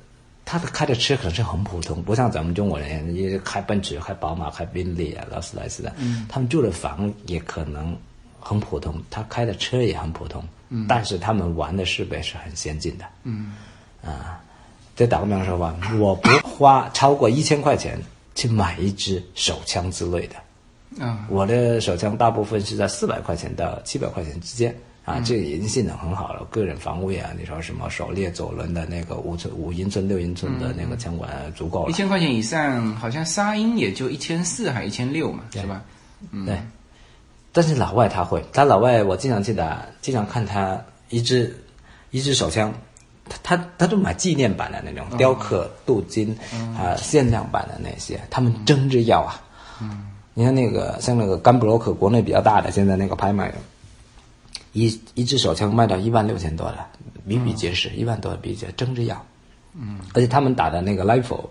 Speaker 3: 他的开的车可能是很普通，不像咱们中国人，也是开奔驰、开宝马、开宾利啊、劳斯莱斯的。他们住的房也可能很普通，他开的车也很普通，但是他们玩的设备是很先进的。啊，再打个比方说吧，我不花超过一千块钱去买一支手枪之类的，
Speaker 2: 啊、
Speaker 3: 我的手枪大部分是在四百块钱到七百块钱之间
Speaker 2: 嗯
Speaker 3: 啊，这已经性能很好了。个人防卫啊，你说什么狩猎左轮的那个五寸、五英寸、六英寸的那个枪管足够
Speaker 2: 嗯一
Speaker 3: 了，
Speaker 2: 千块钱以上，好像沙鹰也就一千四还一千六嘛，是吧？
Speaker 3: 对。但是老外他会，他老外我经常去打，经常看他一支一支手枪，他他他就买纪念版的那
Speaker 2: 哦
Speaker 3: 种雕刻、镀金
Speaker 2: 嗯
Speaker 3: 啊、限量版的那些，他们争着要啊。你看那个像那个甘布罗克，国内比较大的，现在那个拍卖，一一支手枪卖到一万六千多了，比比皆是，一万多比较争着要。嗯，而且他们打的那个 rifle，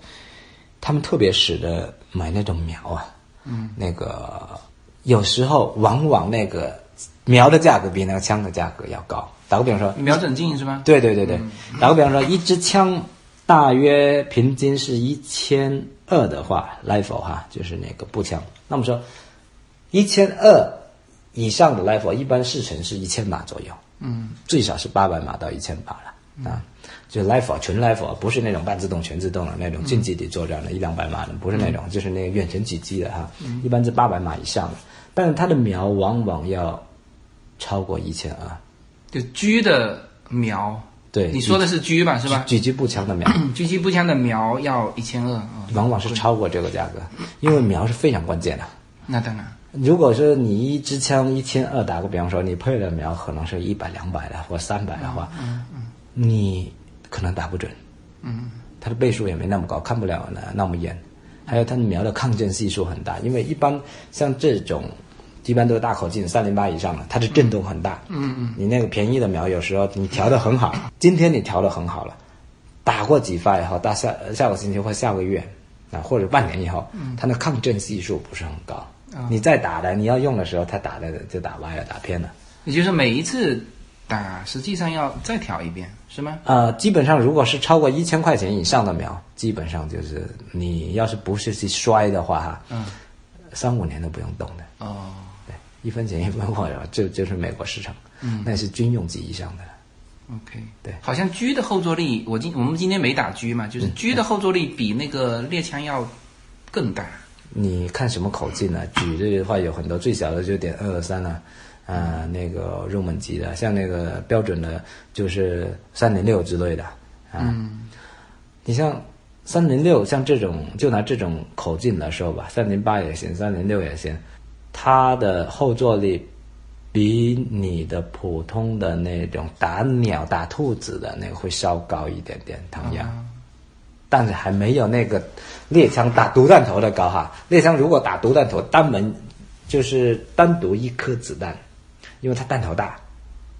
Speaker 3: 他们特别使得买那种苗啊，嗯，那个有时候往往那个苗的价格比那个枪的价格要高。打个比方说，
Speaker 2: 瞄准镜是吧？
Speaker 3: 对对对对，打个比方说，一支枪大约平均是一千二的话，rifle 哈，就是那个步枪。那么说，一千二以上的 life 一般试乘是一千码左右，嗯，最少是八百码到一千八了啊。就 life 纯 life 不是那种半自动全自动的那种近距离作战的，一两百码的，不是那种，就是那个远程狙击的哈，一般是八百码以上的，但是它的瞄往往要超过一千二，
Speaker 2: 就狙的瞄，
Speaker 3: 对
Speaker 2: 你说的是狙吧，是吧？
Speaker 3: 狙击步枪的瞄。
Speaker 2: 狙击步枪的瞄要一千二啊，
Speaker 3: 往往是超过这个价格，因为瞄是非常关键的。
Speaker 2: 那当然，
Speaker 3: 如果说你一支枪一千二，打个比方说，你配的瞄可能是一百、两百的或三百的话，你可能打不准。
Speaker 2: 嗯，
Speaker 3: 它的倍数也没那么高，看不了那那么远。还有它的瞄的抗震系数很大，因为一般像这种，一般都是大口径三零八以上的，它的震动很大。嗯嗯，你那个便宜的瞄，有时候你调的很好，今天你调的很好了，打过几发以后，到下下个星期或下个月啊，或者半年以后，它的抗震系数不是很高。你再打的，你要用的时候，它打的就打歪了，打偏了。
Speaker 2: 也就是每一次打，实际上要再调一遍，是吗？
Speaker 3: 呃，基本上如果是超过一千块钱以上的苗，基本上就是你要是不是去摔的话，哈，
Speaker 2: 嗯，
Speaker 3: 三五年都不用动的，
Speaker 2: 哦，
Speaker 3: 对，一分钱一分货，这就是美国市场，嗯，那是军用级以上的，
Speaker 2: OK，
Speaker 3: 对
Speaker 2: 好像狙的后坐力，我今我们今天没打狙嘛，
Speaker 3: 嗯
Speaker 2: 就是狙的后坐力比那个猎枪要更大。
Speaker 3: 你看什么口径呢、举例的话有很多，最小的就点二二三啊，啊、那个入门级的，像那个标准的，就是三零六之类的啊。你像三零六，像这种就拿这种口径来说吧，三零八也行，三零六也行，它的后坐力比你的普通的那种打鸟、打兔子的那个会稍高一点点，同样。
Speaker 2: 啊
Speaker 3: 但是还没有那个猎枪打独弹头的高哈。猎枪如果打独弹头，单门就是单独一颗子弹，因为它弹头大，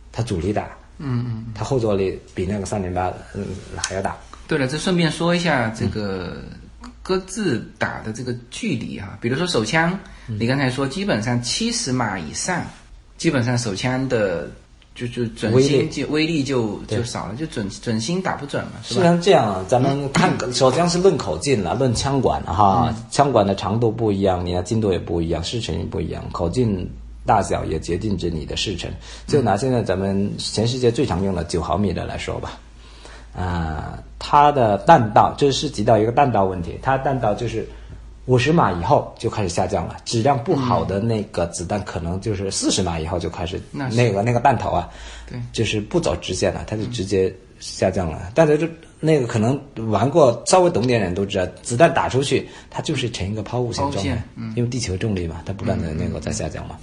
Speaker 3: 它阻力大，
Speaker 2: 嗯嗯。
Speaker 3: 它后坐力比那个三零八嗯还要大。
Speaker 2: 对了，这顺便说一下这个各自打的这个距离哈、比如说手枪，
Speaker 3: 嗯
Speaker 2: 你刚才说基本上七十码以上，基本上手枪的就就准
Speaker 3: 威
Speaker 2: 心
Speaker 3: 力
Speaker 2: 就威力就就少了，就准准心打不准嘛，是
Speaker 3: 虽
Speaker 2: 吧？嗯
Speaker 3: 然这样啊，咱们看，首先是论口径了，论枪管了哈，枪管的长度不一样，你的精度也不一样，射程也不一样，口径大小也决定着你的射程。就拿现在咱们全世界最常用的九毫米的来说吧，啊、它的弹道这是涉及到一个弹道问题，它弹道就是。五十码以后就开始下降了，质量不好的那个子弹可能就是四十码以后就开始
Speaker 2: 嗯那是
Speaker 3: 那个那个弹头啊，
Speaker 2: 对嗯
Speaker 3: 就是不走直线了，它就直接下降了。大家就那个可能玩过稍微懂点人都知道，子弹打出去它就是呈一个抛物线
Speaker 2: 抛物
Speaker 3: 状态
Speaker 2: 线，嗯
Speaker 3: 因为地球重力嘛，它不断的那个在下降嘛。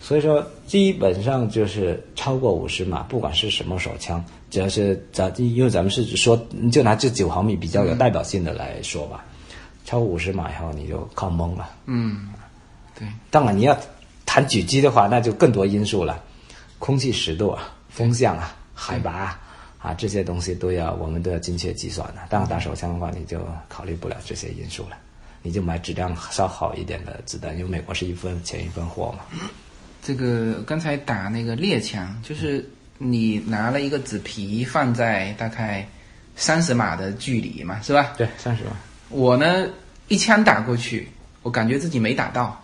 Speaker 3: 所以说，基本上就是超过五十码，不管是什么手枪，只要是咱因为咱们是说，就拿这九毫米比较有代表性的来说吧，超过五十码以后你就靠蒙了。
Speaker 2: 嗯，对，
Speaker 3: 当然，你要谈狙击的话，那就更多因素了，空气湿度啊、风向啊、海拔啊啊这些东西都要我们都要精确计算的。当然，打手枪的话，你就考虑不了这些因素了，你就买质量稍好一点的子弹，因为美国是一分钱一分货嘛。
Speaker 2: 这个刚才打那个猎枪，就是你拿了一个纸皮放在大概三十码的距离嘛，是吧？
Speaker 3: 对，三十万。
Speaker 2: 我呢一枪打过去，我感觉自己没打到，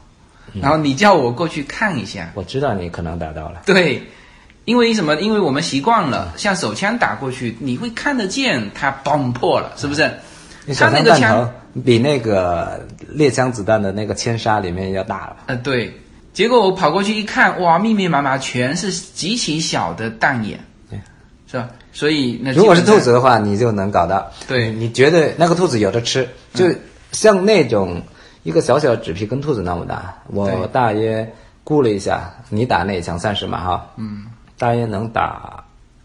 Speaker 3: 嗯
Speaker 2: 然后你叫我过去看一下，
Speaker 3: 我知道你可能达到了，
Speaker 2: 对，因为什么？因为我们习惯了，像手枪打过去，你会看得见它崩破了，是不是？
Speaker 3: 你手
Speaker 2: 它那
Speaker 3: 枪
Speaker 2: 个
Speaker 3: 弹
Speaker 2: 枪，
Speaker 3: 头比那个猎枪子弹的那个铅杀里面要大了。
Speaker 2: 呃，对。结果我跑过去一看，哇，密密麻麻全是极其小的弹眼，
Speaker 3: 对，
Speaker 2: 是吧？所以那
Speaker 3: 如果是
Speaker 2: 基本
Speaker 3: 兔
Speaker 2: 上
Speaker 3: 子的话，你就能搞到。
Speaker 2: 对嗯
Speaker 3: 你觉得那个兔子有的吃，就像那种一个小小的纸皮跟兔子那么大，我
Speaker 2: 对
Speaker 3: 大约估了一下，你打那一枪三十码哈，嗯，大约能打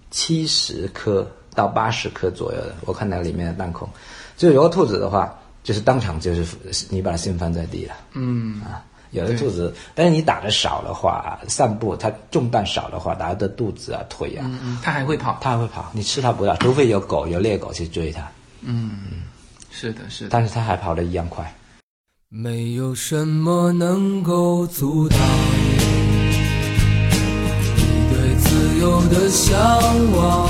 Speaker 3: 七十颗到八十颗左右的，我看那里面的弹孔。就有个兔子的话，就是当场就是你把它掀翻在地了，嗯啊。有的兔子，但是你打的少的话，散步它中弹少的话，打的肚子啊、腿啊，
Speaker 2: 嗯它还会跑，
Speaker 3: 它会跑，你吃它不到，除非有狗有猎狗去追它，
Speaker 2: 是的，是的。
Speaker 3: 但是它还跑得一样快。
Speaker 4: 没有什么能够阻挡你对自由的向往。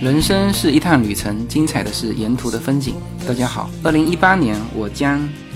Speaker 2: 人生是一趟旅程，精彩的是沿途的风景。大家好，二零一八年我将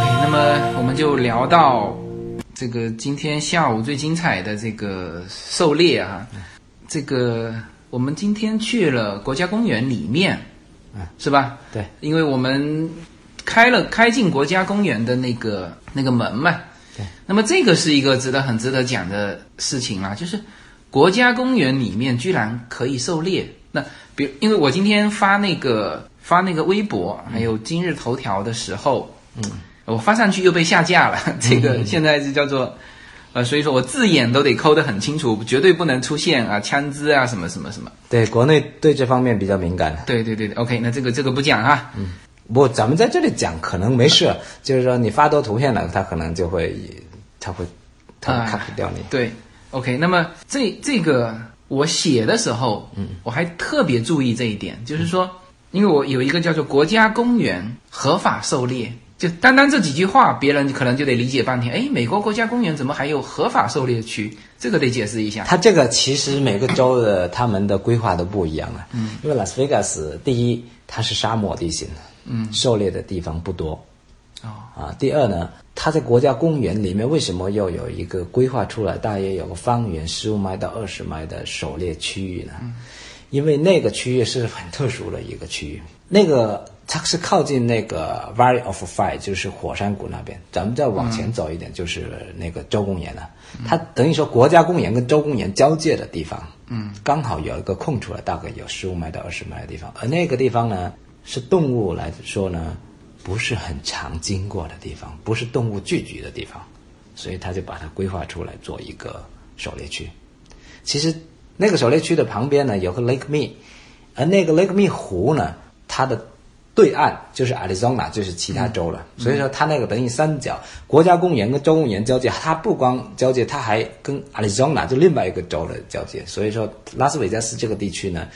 Speaker 2: OK，那么我们就聊到这个今天下午最精彩的这个狩猎啊，
Speaker 3: 嗯
Speaker 2: 这个我们今天去了国家公园里面，
Speaker 3: 嗯
Speaker 2: 是吧？
Speaker 3: 对，
Speaker 2: 因为我们开了开进国家公园的那个那个门嘛。
Speaker 3: 对。
Speaker 2: 那么这个是一个值得很值得讲的事情啦、就是国家公园里面居然可以狩猎。那比如，因为我今天发那个发那个微博，还有今日头条的时候，嗯，我发上去又被下架了。 这个现在就叫做。呃，所以说我字眼都得抠得很清楚，绝对不能出现啊枪支啊什么什么什么。
Speaker 3: 对，国内对这方面比较敏感。
Speaker 2: 对对对对，OK，那这个这个不讲啊。嗯，
Speaker 3: 不，咱们在这里讲可能没事，就是说你发多图片了，他可能就会，他会，他会
Speaker 2: 啊
Speaker 3: cut 掉你。
Speaker 2: 对，OK，那么这这个我写的时候，嗯，我还特别注意这一点，就是说，因为我有一个叫做国家公园合法狩猎，就单单这几句话，别人可能就得理解半天。哎，美国国家公园怎么还有合法狩猎区？这个得解释一下。
Speaker 3: 它这个其实每个州的他们的规划都不一样啊。嗯，因为拉斯维加斯第一它是沙漠地形，嗯，狩猎的地方不多。
Speaker 2: 哦
Speaker 3: 啊，第二呢，它在国家公园里面为什么要有一个规划出来，大约有个方圆十五迈到二十迈的狩猎区域呢？因为那个区域是很特殊的一个区域，那个它是靠近那个 Valley of Fire，就是火山谷那边。咱们再往前走一点，就是那个州公园了、它等于说国家公园跟州公园交界的地方，嗯，刚好有一个空出来，大概有十五迈到二十迈的地方。而那个地方呢，是动物来说呢，不是很常经过的地方，不是动物聚集的地方，所以他就把它规划出来做一个狩猎区。其实那个狩猎区的旁边呢有个 Lake Me，而那个 Lake Me 湖呢，它的对岸就是 Arizona，就是其他州了。所以说它那个等于三角，国家公园跟州公园交界，它不光交界，它还跟 Arizona 就另外一个州的交界。所以说拉斯维加斯这个地区呢。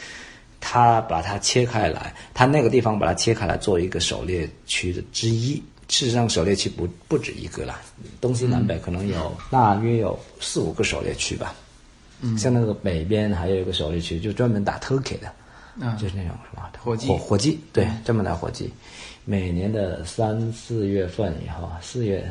Speaker 3: 它把它切开来，它那个地方把它切开来做一个狩猎区的之一。事实上，狩猎区不不止一个啦，东西南北可能有大约有四五个狩猎区吧。像那个北边还有一个狩猎区，就专门打 turkey 的，就是那种什么
Speaker 2: 火鸡
Speaker 3: 火火鸡，对，专门打火鸡。每年的三四月份以后，四月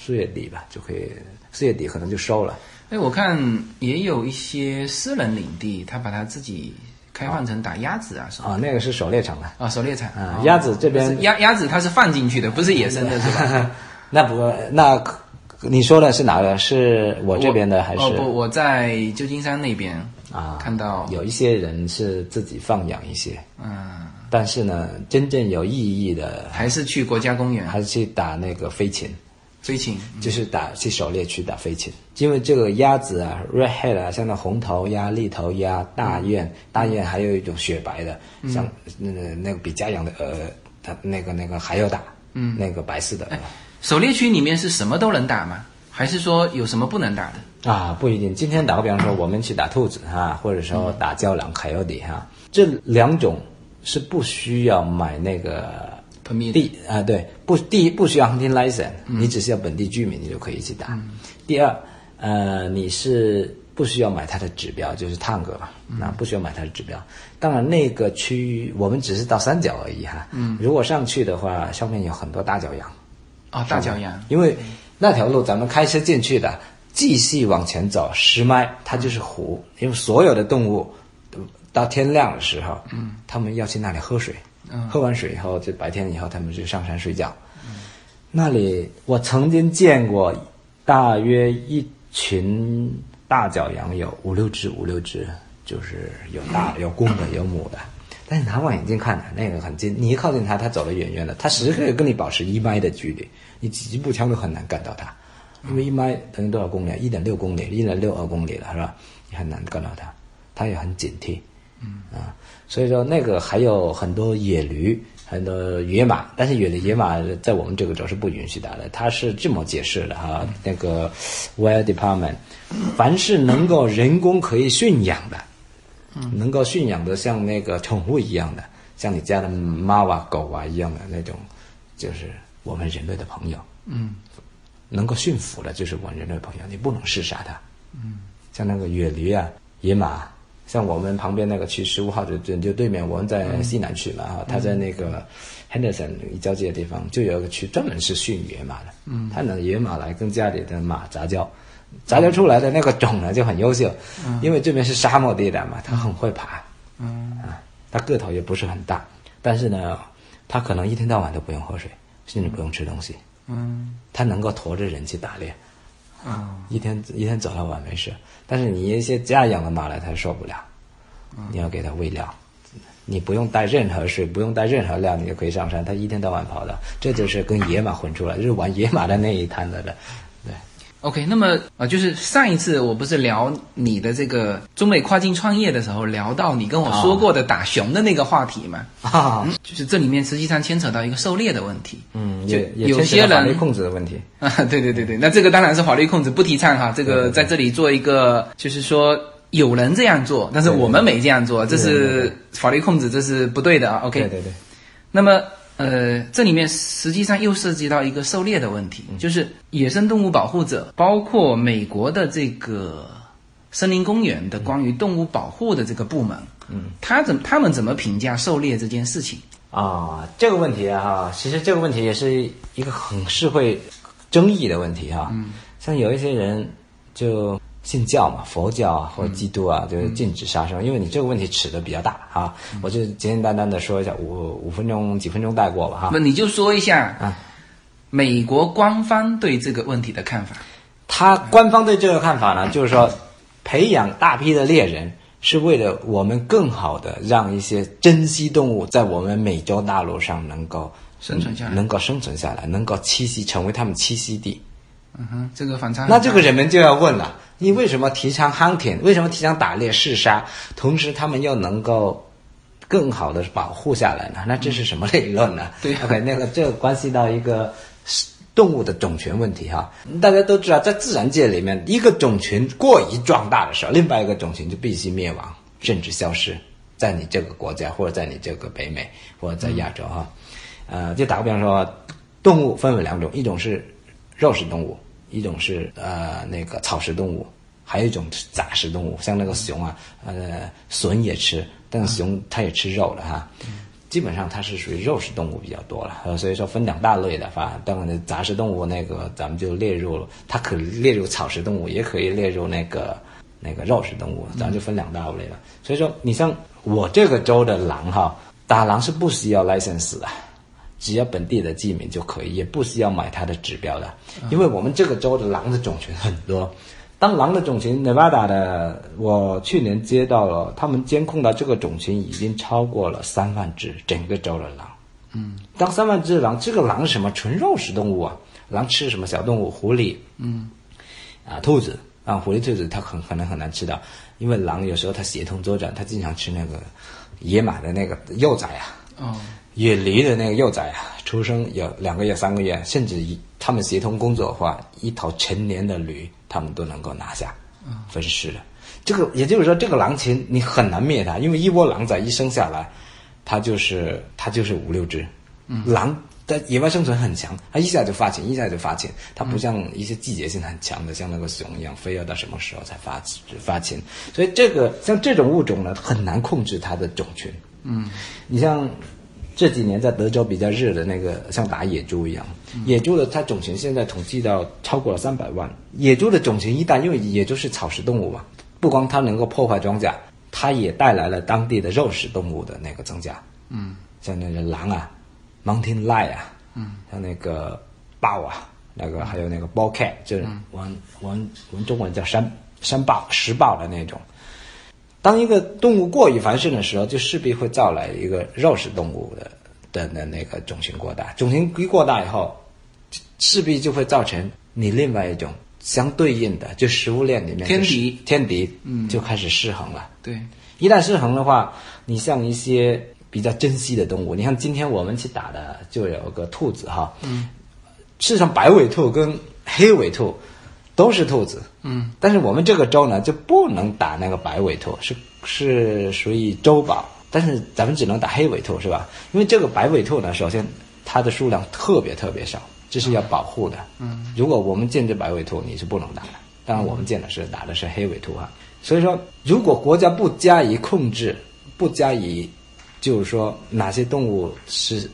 Speaker 3: 四月底吧，就可以，四月底可能就收了。
Speaker 2: 哎，我看也有一些私人领地，他把它自己开放成打鸭子啊什么。
Speaker 3: 啊，那个是狩猎场了。
Speaker 2: 啊，狩猎场
Speaker 3: 啊
Speaker 2: 哦
Speaker 3: 鸭子这边
Speaker 2: 鸭鸭子它是放进去的，不是野生的，是吧？
Speaker 3: 那不，那可你说的是哪个？是我 这边的还是？
Speaker 2: 哦不，我在旧金山那边
Speaker 3: 啊，
Speaker 2: 看到
Speaker 3: 有一些人是自己放养一些，
Speaker 2: 嗯，
Speaker 3: 但是呢，真正有意义的
Speaker 2: 还是去国家公园
Speaker 3: 还是去打那个飞禽。
Speaker 2: 飞禽。
Speaker 3: 就是打去狩猎区打飞禽，因为这个鸭子啊，red head 啊，像那红头鸭、绿头鸭、大
Speaker 2: 嗯
Speaker 3: 雁，大雁还有一种雪白的，像那个那个比家养的鹅，它那个那个还要大，嗯，那个白色的鹅
Speaker 2: 狩猎区里面是什么都能打吗？还是说有什么不能打的？
Speaker 3: 啊，不一定。今天打个比方说，我们去打兔子哈，或者说打郊狼、凯尤迪哈，这两种是不需要买那个
Speaker 2: Permit
Speaker 3: 第啊、对，不，第一不需要 hunting license，、你只是要本地居民，你就可以一起打。第二，呃，你是不需要买它的指标，就是探戈嘛，那、不需要买它的指标。当然，那个区域我们只是到三角而已哈。嗯，如果上去的话，上面有很多大角羊，
Speaker 2: 哦，大角羊。
Speaker 3: 因为那条路咱们开车进去的，继续往前走十迈，它就是湖，因为所有的动物呃到天亮的时候，嗯，他们要去那里喝水，嗯、喝完水以后，就白天以后他们就上山睡觉。那里我曾经见过，大约一群大角羊有五六只，五六只就是有大有公的有母的，但是拿望远镜看啊，那个很近，你一靠近它，它走得远远的，它时刻跟你保持一迈的距离，你几步枪都很难干到它，因为一迈等于多少公里？一点六公里，一点六二公里了，是吧？你很难干到它，它也很警惕，嗯啊，所以说那个还有很多野驴。很多野马，但是野野马在我们这个州是不允许打的。它是这么解释的哈，那个 Wild Department，凡是能够人工可以驯养的，能够驯养的像那个宠物一样的，像你家的猫啊、狗啊一样的那种，就是我们人类的朋友。
Speaker 2: 嗯，
Speaker 3: 能够驯服的，就是我们人类的朋友，你不能射杀它。嗯，像那个野驴啊、野马，像我们旁边那个区十五号就就就对面，我们
Speaker 2: 嗯
Speaker 3: 在西南区嘛哈，他在那个 Henderson 一交界的地方，就有一个区专门是驯野马的。嗯，他拿野马来跟家里的马杂交。杂交出来的那个种呢就很优秀，因为这边是沙漠地带嘛，它很会爬，
Speaker 2: 嗯
Speaker 3: 啊，它个头也不是很大，但是呢，它可能一天到晚都不用喝水，甚至不用吃东西，
Speaker 2: 嗯
Speaker 3: 它能够驮着人去打猎，
Speaker 2: 啊
Speaker 3: 一天一天走到晚没事。但是你一些家养的马来，它受不了，你要给它喂料，你不用带任何水，不用带任何料，你就可以上山。它一天到晚跑的，这就是跟野马混出来，就是玩野马的那一摊子的，对。
Speaker 2: ，OK，那么啊、呃就是上一次我不是聊你的这个中美跨境创业的时候，聊到你跟我
Speaker 3: 哦
Speaker 2: 说过的打熊的那个话题嘛，
Speaker 3: 啊，
Speaker 2: 就是这里面实际上牵扯到一个狩猎的问题。
Speaker 3: 嗯，
Speaker 2: 就
Speaker 3: 也也
Speaker 2: 有
Speaker 3: 牵扯
Speaker 2: 些
Speaker 3: 到法律
Speaker 2: 人
Speaker 3: 控制的问题。
Speaker 2: 啊，对对对对，那这个当然是法律控制，不提倡哈。这个在这里做一个，就是说有人这样做，但是我们没这样做，这是法律控制，这是不对的啊。OK，
Speaker 3: 对对对，
Speaker 2: 那么呃，这里面实际上又涉及到一个狩猎的问题，
Speaker 3: 嗯
Speaker 2: 就是野生动物保护者，包括美国的这个森林公园的关于动物保护的这个部门，嗯，他怎他们怎么评价狩猎这件事情？
Speaker 3: 啊、这个问题啊，其实这个问题也是一个很是会争议的问题哈、嗯，像有一些人就信教嘛，佛教啊或者基督啊，就是禁止杀生，因为你这个问题尺的比较大啊，我就简简单单的说一下，五五分钟几分钟带过吧哈。
Speaker 2: 那你就说一下
Speaker 3: 啊
Speaker 2: 美国官方对这个问题的看法。
Speaker 3: 他官方对这个看法呢，就是说，培养大批的猎人是为了我们更好的让一些珍稀动物在我们美洲大陆上能够
Speaker 2: 生存下来
Speaker 3: 能够生存下来，能够栖息，成为他们栖息地。
Speaker 2: 嗯哼，这个反差很大。
Speaker 3: 那这个人们就要问了：你为什么提倡 hunting？为什么提倡打猎嗜杀？同时他们又能够更好的保护下来呢？那这是什么理论呢？
Speaker 2: 对啊
Speaker 3: OK，那个这个关系到一个动物的种群问题哈。大家都知道，在自然界里面，一个种群过于壮大的时候，另外一个种群就必须灭亡，甚至消失。在你这个国家，或者在你这个北美，或者在亚洲哈，呃，就打个比方说，动物分为两种，一种是肉食动物，一种是呃那个草食动物，还有一种是杂食动物，像那个熊啊，呃，笋也吃，但是熊它也吃肉的哈。基本上它是属于肉食动物比较多了，呃，所以说分两大类的话，当然杂食动物那个咱们就列入了，它可列入草食动物，也可以列入那个那个肉食动物，咱就分两大类了。所以说，你像我这个州的狼哈，打狼是不需要 license 的，只要本地的居民就可以，也不需要买它的指标的，因为我们这个州的狼的种群很多。当狼的种群，Nevada 的，我去年接到了，他们监控到这个种群已经超过了三万只，整个州的狼。嗯，当三万只狼，这个狼是什么？纯肉食动物啊，狼吃什么小动物？狐狸，嗯，啊，兔子啊，狐狸、兔子它很可能很难吃到，因为狼有时候它协同作战，它经常吃那个野马的那个幼崽啊，
Speaker 2: 哦，
Speaker 3: 野驴的那个幼崽啊，出生有两个月、三个月，甚至一他们协同工作的话，一头成年的驴他们都能够拿下，分尸的。这个也就是说，这个狼群你很难灭它，因为一窝狼崽一生下来，它就是它就是五六只，狼。在野外生存很强，它一下就发情，一下就发情。它不像一些季节性很强的，像那个熊一样，非要到什么时候才发发情。所以这个像这种物种呢，很难控制它的种群。嗯，你像这几年在德州比较热的那个，像打野猪一样，野猪的它种群现在统计到超过了三百万。野猪的种群一旦，因为野猪是草食动物嘛，不光它能够破坏庄稼，它也带来了当地的肉食动物的那个增加。嗯，像那个狼啊，mountain lion 啊，嗯，像那个豹啊，那个还有那个 bobcat，就是我们我们我们中文叫山山豹、石豹的那种。当一个动物过于繁盛的时候，就势必会造来一个肉食动物的的的那个种群过大，种群一过大以后，势必就会造成你另外一种相对应的，就食物链里面
Speaker 2: 天
Speaker 3: 就是
Speaker 2: 敌
Speaker 3: 天敌，嗯，就开始失衡了。
Speaker 2: 对，
Speaker 3: 一旦失衡的话，你像一些比较珍稀的动物，你看今天我们去打的就有个兔子哈，嗯，事实上白尾兔跟黑尾兔都是兔子，嗯，但是我们这个州呢就不能打那个白尾兔，是是属于州保，但是咱们只能打黑尾兔是吧？因为这个白尾兔呢，首先它的数量特别特别少，这是要保护的，嗯，如果我们见这白尾兔，你是不能打的。当然，我们见的是打的是黑尾兔哈，所以说，如果国家不加以控制，不加以，就是说哪些动物是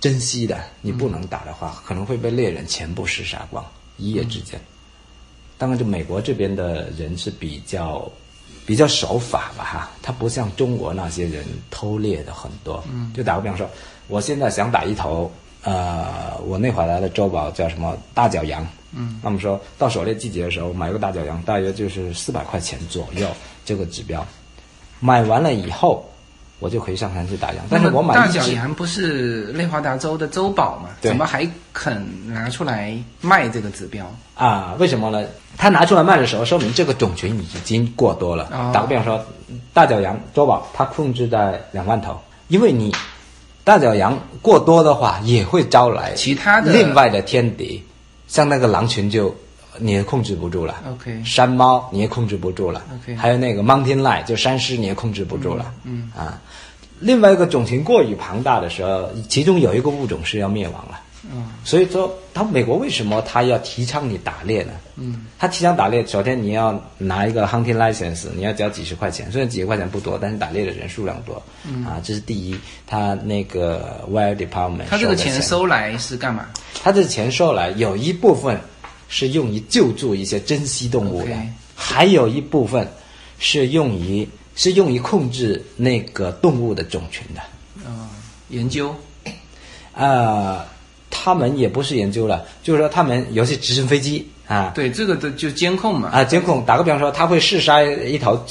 Speaker 3: 珍惜的，你不能打的话，可能会被猎人全部厮杀光，一夜之间。当然，就美国这边的人是比较比较守法吧，哈，他不像中国那些人偷猎的很多。嗯，就打个比方说，我现在想打一头，呃，我内华达的州保叫什么大角羊。嗯，那么说到狩猎季节的时候，买个大角羊大约就是四百块钱左右这个指标，买完了以后，我就可以上山去打羊。但是我买
Speaker 2: 大
Speaker 3: 一
Speaker 2: 角
Speaker 3: 只
Speaker 2: 羊不是内华达州的州宝嘛？
Speaker 3: 对
Speaker 2: 怎么还肯拿出来卖这个指标？
Speaker 3: 啊，为什么呢？它拿出来卖的时候，说明这个种群已经过多了。
Speaker 2: 哦
Speaker 3: 打个比方说，大角羊周宝它控制在两万头，因为你大角羊过多的话，也会招来
Speaker 2: 其他的
Speaker 3: 另外的天敌，像那个狼群就你也控制不住了。
Speaker 2: OK
Speaker 3: 山猫你也控制不住了。
Speaker 2: OK
Speaker 3: 还有那个 mountain lion 就山狮你也控制不住了。嗯啊，另外一个种群过于庞大的时候，其中有一个物种是要灭亡了。所以说，他美国为什么他要提倡你打猎呢？嗯，他提倡打猎，首先你要拿一个 hunting license，你要交几十块钱，虽然几十块钱不多，但是打猎的人数量多、
Speaker 2: 嗯
Speaker 3: 啊，这是第一。他那个 wild department，
Speaker 2: 他这个
Speaker 3: 收的
Speaker 2: 钱
Speaker 3: 钱
Speaker 2: 收来是干嘛？
Speaker 3: 他这钱收来有一部分是用于救助一些珍稀动物的
Speaker 2: OK
Speaker 3: 还有一部分是用于是用于控制那个动物的种群的。
Speaker 2: 嗯，研究
Speaker 3: 呃，他们也不是研究了，就是说他们尤其直升飞机啊
Speaker 2: 对这个的就监控嘛。
Speaker 3: 啊，监控打个比方说，他会试杀一头，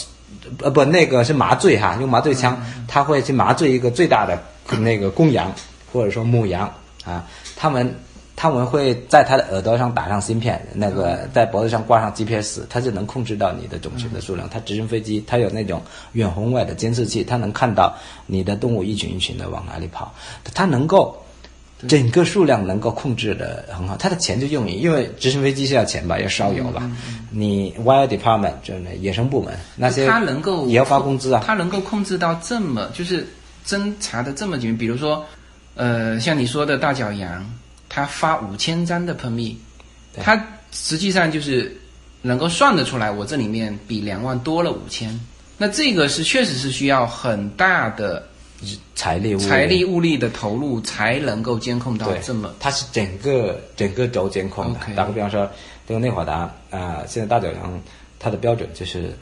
Speaker 3: 呃不，那个是麻醉哈，用麻醉枪，他会去麻醉一个最大的那个公羊或者说母羊啊，他们。他们会在他的耳朵上打上芯片，那个在脖子上挂上 GPS，它就能控制到你的种群的数量。它直升飞机，它有那种远红外的监视器，它能看到你的动物一群一群的往哪里跑，它能够嗯整个数量能够控制的很好，它的钱就用于，因为直升飞机是要钱吧，要烧油
Speaker 2: 嗯
Speaker 3: 吧。你 Wire Department 就是那野生部门那些，
Speaker 2: 他能够
Speaker 3: 也要发工资啊。
Speaker 2: 他能够控制到这么就是侦查的这么紧密，比如说，呃，像你说的大角羊，他发五千张的 permit，
Speaker 3: 对
Speaker 2: 他实际上就是能够算得出来，我这里面比两万多了五千，那这个是确实是需要很大的
Speaker 3: 财力物
Speaker 2: 财力物力的投入才能够监控到
Speaker 3: 对，
Speaker 2: 这么。
Speaker 3: 它是整个整个轴监控的。
Speaker 2: OK
Speaker 3: 打个比方说，这个内华达啊、呃现在大角羊它的标准就是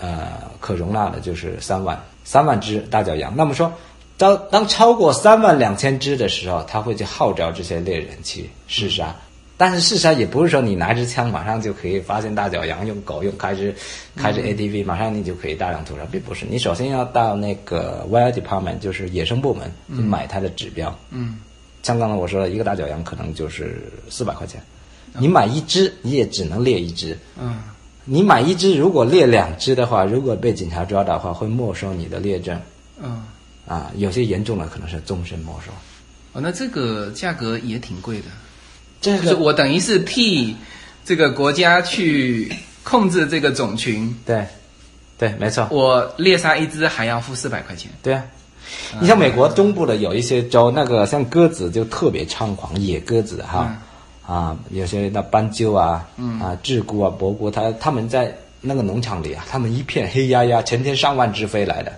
Speaker 3: 呃可容纳的就是三万三万只大角羊。那么说，当当超过三万两千只的时候，它会去号召这些猎人去
Speaker 2: 嗯
Speaker 3: 厮杀。但是厮杀也不是说你拿支枪马上就可以发现大角羊，用狗用开支开
Speaker 2: 嗯
Speaker 3: 支 ATV，马上你就可以大量屠杀，并不是。你首先要到那个 Wild Department，就是野生部门，去买它的指标。
Speaker 2: 嗯，
Speaker 3: 像刚才我说的，一个大角羊可能就是四百块钱，你买一只，你也只能猎一只。
Speaker 2: 嗯，
Speaker 3: 你买一只，如果猎两只的话，如果被警察抓到的话，会没收你的猎证
Speaker 2: 嗯，
Speaker 3: 啊，有些严重的可能是终身没收。
Speaker 2: 哦，那这个价格也挺贵的。
Speaker 3: 这
Speaker 2: 就是
Speaker 3: 个
Speaker 2: 我等于是替这个国家去控制这个种群，
Speaker 3: 对，对，没错，
Speaker 2: 我猎杀一只还要付四百块钱。
Speaker 3: 对啊。你像美国中部的有一些州，那个像鸽子就特别猖狂，野鸽子
Speaker 2: 嗯
Speaker 3: 哈，啊，有些那斑鸠啊，啊，鹧鸪啊，伯鸪，它它们在那个农场里啊，它们一片黑压压，成千上万只飞来的，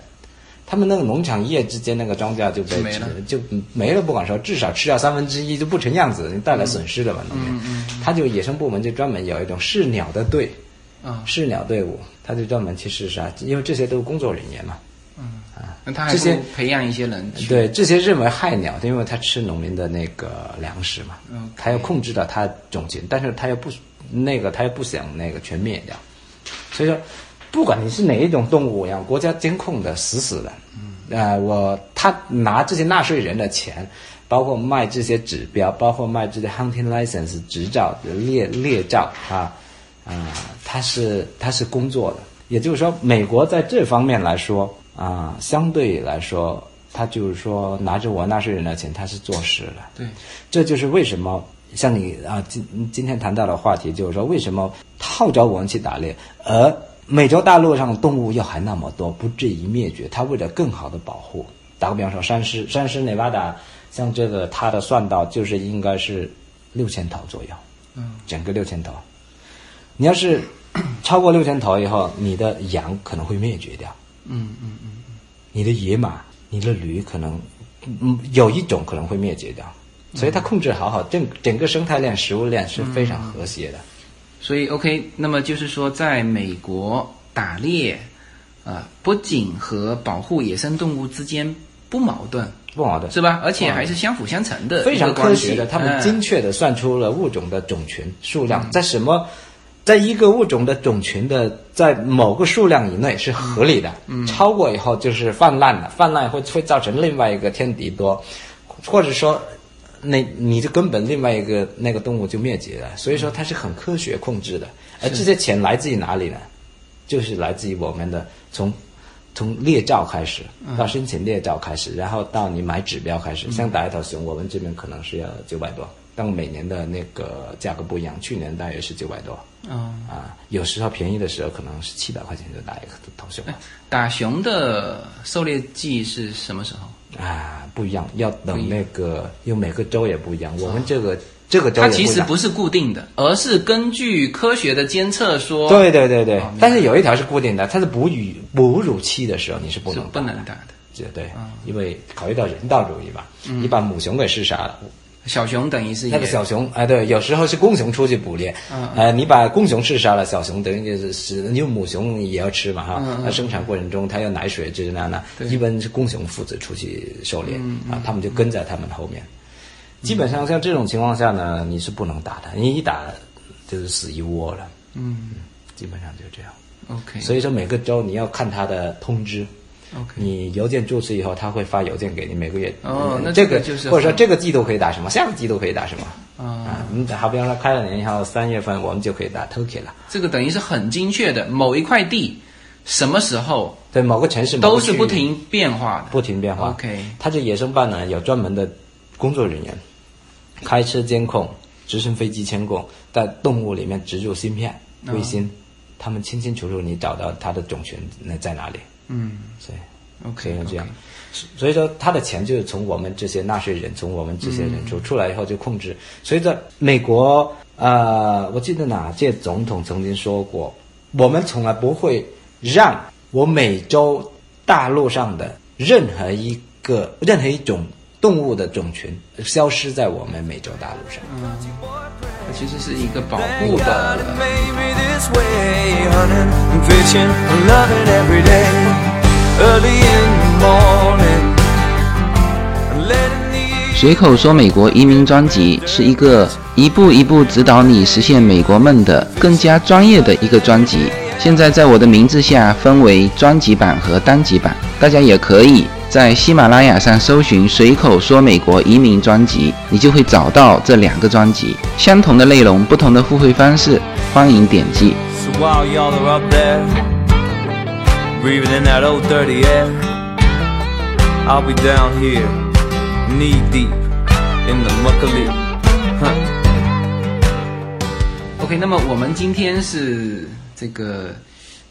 Speaker 3: 他们那个农场一夜之间那个庄稼就被
Speaker 2: 就没了
Speaker 3: 就没了，不管说，至少吃掉三分之一就不成样子，你带来损失了
Speaker 2: 嗯
Speaker 3: 嘛，农民。他就野生部门就专门有一种试鸟的队，
Speaker 2: 啊
Speaker 3: 试鸟队伍，他就专门去试杀，因为这些都是工作人员嘛，
Speaker 2: 那他还
Speaker 3: 这
Speaker 2: 不
Speaker 3: 些
Speaker 2: 如培养一些人去。
Speaker 3: 对这些认为害鸟，因为它吃农民的那个粮食嘛
Speaker 2: 嗯 OK，
Speaker 3: 它要控制到它种群，但是它又不那个，它又不想那个全灭掉，所以说不不管你是哪一种动物呀，国家监控的死死的。
Speaker 2: 嗯
Speaker 3: 呃，我他拿这些纳税人的钱，包括卖这些指标，包括卖这些 hunting license 执照、猎猎照啊啊、他是他是工作的。也就是说，美国在这方面来说啊、相对来说，他就是说拿着我纳税人的钱，他是做事的。
Speaker 2: 对，
Speaker 3: 这就是为什么像你啊今今天谈到的话题，就是说为什么号召我们去打猎，而美洲大陆上的动物又还那么多，不至于灭绝。它为了更好的保护，打个比方说，山狮，山狮内巴达，像这个它的算到就是应该是六千头左右，嗯，整个六千头。你要是 超过六千头以后，你的羊可能会灭绝掉。你的野马、你的驴可能，嗯，有一种可能会灭绝掉，所以它控制好好，整整个生态链、食物链是非常和谐的。
Speaker 2: 所以 OK，那么就是说，在美国打猎，呃，不仅和保护野生动物之间不矛盾，
Speaker 3: 不好的，
Speaker 2: 是吧？而且还是相辅相成的，
Speaker 3: 哦非常科学的，他们精
Speaker 2: 精
Speaker 3: 确的算出了物种的种群数量，在什么，在一个物种的种群的在某个数量以内是合理的，超过以后就是泛滥了，泛滥会会造成另外一个天敌多，或者说。那你就根本另外一个那个动物就灭绝了，所以说它是很科学控制的，而这些钱来自于哪里呢？就是来自于我们的从从猎照开始，
Speaker 2: 嗯
Speaker 3: 到申请猎照开始，然后到你买指标开始。像打一头熊，我们这边可能是要九百多，但每年的那个价格不一样，去年大约是九百多
Speaker 2: 哦
Speaker 3: 啊，有时候便宜的时候可能是七百块钱就打一个头熊了
Speaker 2: 打熊的狩猎季是什么时候？
Speaker 3: 啊，不一样，要等那个，因为每个州也不一样，我们这个这个州
Speaker 2: 啊它
Speaker 3: 也
Speaker 2: 其
Speaker 3: 一
Speaker 2: 实
Speaker 3: 样
Speaker 2: 不是固定的，而是根据科学的监测说，
Speaker 3: 对对对对
Speaker 2: 哦明白，
Speaker 3: 但是有一条是固定的，它是哺乳哺乳期的时候你是不
Speaker 2: 是
Speaker 3: 能
Speaker 2: 不能
Speaker 3: 打的，
Speaker 2: 打的。
Speaker 3: 这对，因为考虑到人道主义吧，你把母熊给射杀了，
Speaker 2: 小熊等于是
Speaker 3: 那个
Speaker 2: 也
Speaker 3: 小熊，哎，对，有时候是公熊出去捕猎，呃，你把公熊射杀了，小熊等于就是是，因为母熊也要吃嘛哈，它生产过程中它要奶水这那那，一般是公熊父子出去狩猎啊，他们就跟在他们后面。基本上像这种情况下呢，你是不能打的，你一打就是死一窝了。嗯，基本上就这样。
Speaker 2: OK，
Speaker 3: 所以说每个州你要看它的通知。
Speaker 2: OK
Speaker 3: 你邮件注册以后，他会发邮件给你，每个月。
Speaker 2: 哦
Speaker 3: 嗯
Speaker 2: 那
Speaker 3: 这
Speaker 2: 这个
Speaker 3: 个
Speaker 2: 就是
Speaker 3: 或者说
Speaker 2: 很哦
Speaker 3: 这个季度可以打什么，下个季度可以打什么。啊，你好比方说开了年以后，三月份我们就可以打 Turkey 了。
Speaker 2: 这个等于是很精确的，某一块地什么时候
Speaker 3: 对，某个城市
Speaker 2: 都是不，
Speaker 3: 某个区域
Speaker 2: 停变化的。
Speaker 3: 不停变化。
Speaker 2: OK
Speaker 3: 它这野生办呢有专门的工作人员，开车监控，直升飞机监控，在动物里面植入芯片、
Speaker 2: 哦
Speaker 3: 卫星，他们清清楚楚你找到它的种群那在哪里。
Speaker 2: 嗯
Speaker 3: 所以。可以
Speaker 2: OK，
Speaker 3: 用这样。所以说，他的钱就是从我们这些纳税人，从我们这些人出出来以后就控制。所以说，美国呃，我记得哪届总统曾经说过，我们从来不会让我美洲大陆上的任何一个任何一种动物的种群呃消失在我们美洲大陆上。
Speaker 2: 它其实是一个保护
Speaker 1: Thank God
Speaker 2: 的
Speaker 1: it made me this way. Hunting and fishing and loving every day. Early in the morning. And late in the evening.
Speaker 2: 随口说美国移民专辑是一个一步一步指导你实现美国梦的更加专业的一个专辑。现在在我的名字下分为专辑版和单集版，大家也可以在喜马拉雅上搜寻“随口说美国移民专辑”，你就会找到这两个专辑。相同的内容，不同的付费方式，欢迎点击。
Speaker 1: So while y'all are up there, breathing in that old dirty air, I'll be down here, knee deep in the muckalee. Huh.
Speaker 2: OK，那么我们今天是这个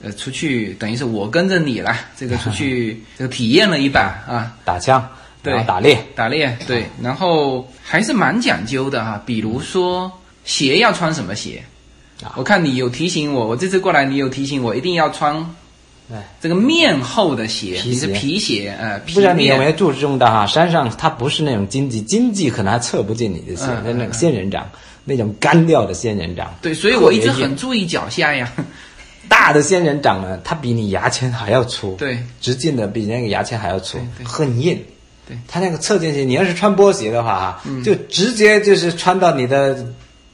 Speaker 2: 呃出去，等于是我跟着你啦，这个出去这个体验了一把啊，
Speaker 3: 打枪，
Speaker 2: 对
Speaker 3: 然后打猎，
Speaker 2: 打猎，对，然后还是蛮讲究的哈、比如说鞋要穿什么鞋
Speaker 3: 啊，
Speaker 2: 我看你有提醒我，我这次过来你有提醒我一定要穿
Speaker 3: 哎
Speaker 2: 这个面厚的鞋，
Speaker 3: 皮
Speaker 2: 你是
Speaker 3: 鞋
Speaker 2: 皮鞋，呃，皮
Speaker 3: 不然你有没有
Speaker 2: 面，
Speaker 3: 注重到哈、山上它不是那种荆棘，荆棘可能还测不进你的鞋，
Speaker 2: 嗯
Speaker 3: 那、
Speaker 2: 嗯
Speaker 3: 那个仙人掌，那种干掉的仙人掌，
Speaker 2: 对，所以我一直
Speaker 3: 特别硬
Speaker 2: 很注意脚下呀，
Speaker 3: 大的仙人掌呢，它比你牙签还要粗，
Speaker 2: 对，
Speaker 3: 直径的比那个牙签还要粗，
Speaker 2: 对对
Speaker 3: 很硬。
Speaker 2: 对嗯
Speaker 3: 它那个侧进去，你要是穿波鞋的话，哈、就直接就是穿到你的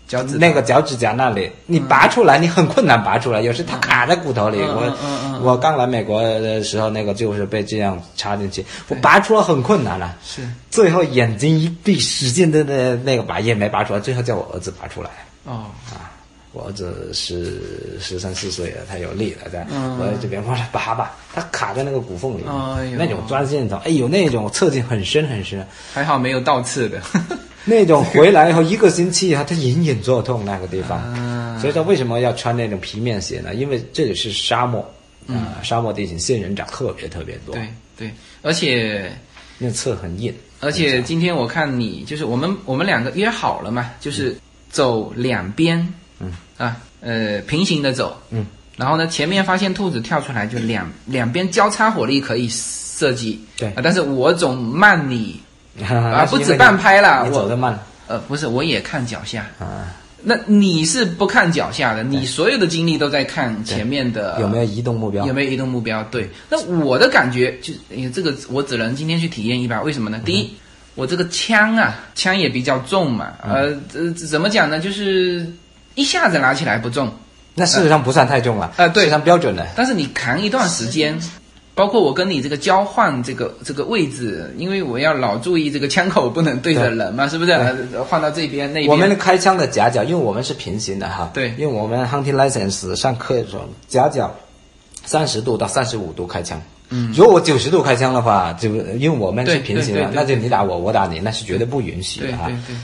Speaker 2: 脚趾头
Speaker 3: 那个脚趾甲那里，你拔出来你很困难拔出来，有时它卡在骨头里。
Speaker 2: 嗯嗯嗯
Speaker 3: 我我刚来美国的时候，那个就是被这样插进去，我拔出来很困难了。
Speaker 2: 是
Speaker 3: 最后眼睛一闭，使劲的那那个拔也没拔出来，最后叫我儿子拔出来。
Speaker 2: 哦，
Speaker 3: 啊，我儿子十十三四岁了，他有力了，在、
Speaker 2: 嗯
Speaker 3: 我在这边我说拔吧，他卡在那个骨缝里，
Speaker 2: 哎呦
Speaker 3: 那种钻线头，哎呦那种侧进很深很深，
Speaker 2: 还好没有倒刺的。
Speaker 3: 那种回来以后一个星期以后，他隐隐作痛那个地方。
Speaker 2: 啊
Speaker 3: 所以说为什么要穿那种皮面鞋呢？因为这里是沙漠，啊、沙漠地形仙人掌特别特别多，
Speaker 2: 嗯对对，而且
Speaker 3: 那侧很硬，
Speaker 2: 而且 今天我看你就是我们我们两个约好了嘛，就是走两边，
Speaker 3: 嗯
Speaker 2: 啊呃平行的走，
Speaker 3: 嗯，
Speaker 2: 然后呢前面发现兔子跳出来，就两两边交叉火力可以射击，
Speaker 3: 对
Speaker 2: 啊但是我总慢你，
Speaker 3: 啊
Speaker 2: 不止半拍啦
Speaker 3: 你
Speaker 2: 我
Speaker 3: 走得慢
Speaker 2: 呃不是我也看脚下，
Speaker 3: 啊，
Speaker 2: 那你是不看脚下的，你所有的精力都在看前面的
Speaker 3: 有没有移动目标？
Speaker 2: 呃有没有移动目标？对，那我的感觉就是，哎这个我只能今天去体验一把。为什么呢？第
Speaker 3: 嗯
Speaker 2: 一，我这个枪啊，枪也比较重嘛，
Speaker 3: 嗯
Speaker 2: 呃，这这怎么讲呢？就是一下子拿起来不重，
Speaker 3: 那事实上不算太重啊了，
Speaker 2: 呃对
Speaker 3: 非常标准的。
Speaker 2: 但是你扛一段时间，包括我跟你这个交换这个这个位置，因为我要老注意这个枪口不能对着
Speaker 3: 对
Speaker 2: 人嘛，是不是？呃换到这边那边，
Speaker 3: 我们的开枪的夹角，因为我们是平行的哈，
Speaker 2: 对
Speaker 3: 因为我们 hunting license 上课的时候，夹角三十度到三十五度开枪。嗯，如果我九十度开枪的话，就因为我们是
Speaker 2: 对
Speaker 3: 平行
Speaker 2: 对
Speaker 3: 的
Speaker 2: 对，对
Speaker 3: 那就你打我，我打你，那是绝对不允许
Speaker 2: 对
Speaker 3: 的哈。
Speaker 2: 对对，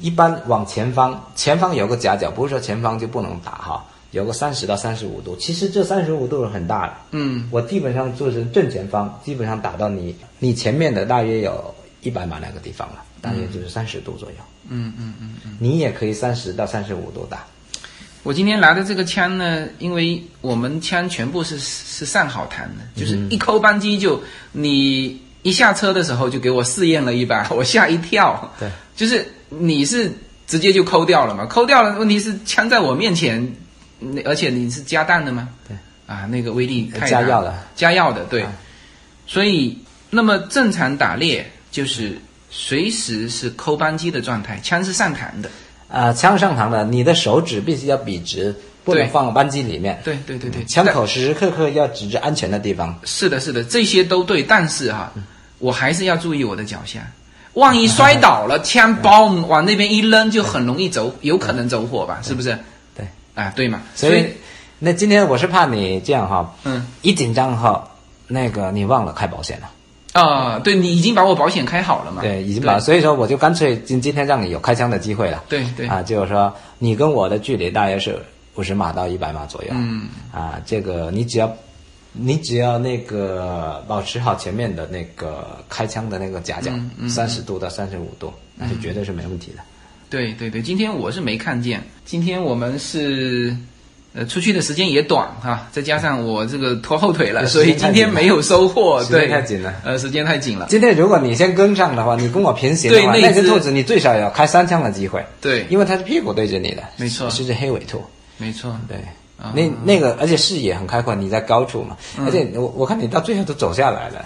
Speaker 3: 一般往前方，前方有个夹角，不是说前方就不能打哈，有个三十到三十五度，其实这三十五度是很大的。
Speaker 2: 嗯，
Speaker 3: 我基本上就是正前方，基本上打到你你前面的大约有一百码那个地方了，大约就是三十度左右。
Speaker 2: 嗯嗯嗯。
Speaker 3: 你也可以三十到三十五度打。
Speaker 2: 我今天拿的这个枪呢，因为我们枪全部是是上好弹
Speaker 3: 嗯
Speaker 2: 的，就是一扣扳机就你一下车的时候就给我试验了一把， 我吓一跳。
Speaker 3: 对，
Speaker 2: 就是你是直接就抠掉了嘛？抠掉了，问题是枪在我面前，那而且你是加弹的吗？
Speaker 3: 对，
Speaker 2: 啊，那个威力太大
Speaker 3: 加药的，
Speaker 2: 加药的，对。
Speaker 3: 啊
Speaker 2: 所以，那么正常打猎就是随时是抠扳机的状态，枪是上弹的。
Speaker 3: 啊、枪上膛的，你的手指必须要笔直，不能
Speaker 2: 对
Speaker 3: 放扳机里面。
Speaker 2: 对对对对，
Speaker 3: 枪口时时刻刻要指着安全的地方。
Speaker 2: 是的，是的，这些都对，但是哈、我还是要注意我的脚下，万一摔倒了，枪包往那边一扔，就很容易走，有可能走火吧，是不是？
Speaker 3: 对，
Speaker 2: 啊，对嘛，
Speaker 3: 所以，那今天我是怕你这样哈，
Speaker 2: 嗯，
Speaker 3: 一紧张哈，那个你忘了开保险了，
Speaker 2: 啊、对你已经把我保险开好了嘛？
Speaker 3: 对，已经把，所以说我就干脆今今天让你有开枪的机会了。
Speaker 2: 对对
Speaker 3: 啊，就是说你跟我的距离大约是五十码到一百码左右。
Speaker 2: 嗯，
Speaker 3: 啊，这个你只要你只要那个保持好前面的那个开枪的那个
Speaker 2: 嗯
Speaker 3: 夹角，三十、度到三十五度，那是绝对是没问题的。
Speaker 2: 对对对，今天我是没看见。今天我们是，呃，出去的时间也短哈、再加上我这个拖后腿了，
Speaker 3: 对
Speaker 2: 所以今天没有收获。
Speaker 3: 时
Speaker 2: 对，
Speaker 3: 间太紧了
Speaker 2: 呃，时间太紧了。
Speaker 3: 今天如果你先跟上的话，你跟我平行的话，
Speaker 2: 对
Speaker 3: 那
Speaker 2: 那
Speaker 3: 只
Speaker 2: 只
Speaker 3: 兔子你最少有开三枪的机会。
Speaker 2: 对
Speaker 3: 因为它是屁股对着你的，
Speaker 2: 没错
Speaker 3: 是只黑尾兔。
Speaker 2: 没错，
Speaker 3: 对，
Speaker 2: 啊嗯
Speaker 3: 那那个而且视野很开阔，你在高处嘛，而且我我看你到最后都走下来了。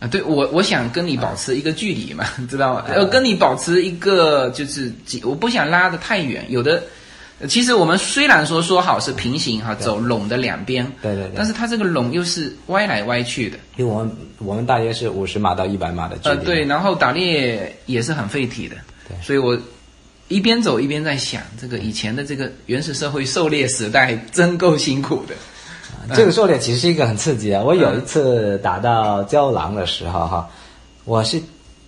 Speaker 2: 啊，对我我想跟你保持一个距离嘛， 知道
Speaker 3: 啊
Speaker 2: 吗？呃，跟你保持一个就是几，我不想拉得太远。有的，呃其实我们虽然说说好是平行哈，走拢的两边，
Speaker 3: 对对对
Speaker 2: 但是它这个拢又是歪来歪去的，
Speaker 3: 因为我们我们大约是五十码到一百码的距
Speaker 2: 呃，
Speaker 3: 离。
Speaker 2: 对，然后打猎也是很费体的，
Speaker 3: 对
Speaker 2: 所以我一边走一边在想，这个以前的这个原始社会狩猎时代真够辛苦的，
Speaker 3: 这个狩猎其实是一个很刺
Speaker 2: 嗯
Speaker 3: 激啊！我有一次打到郊狼的时候哈，我是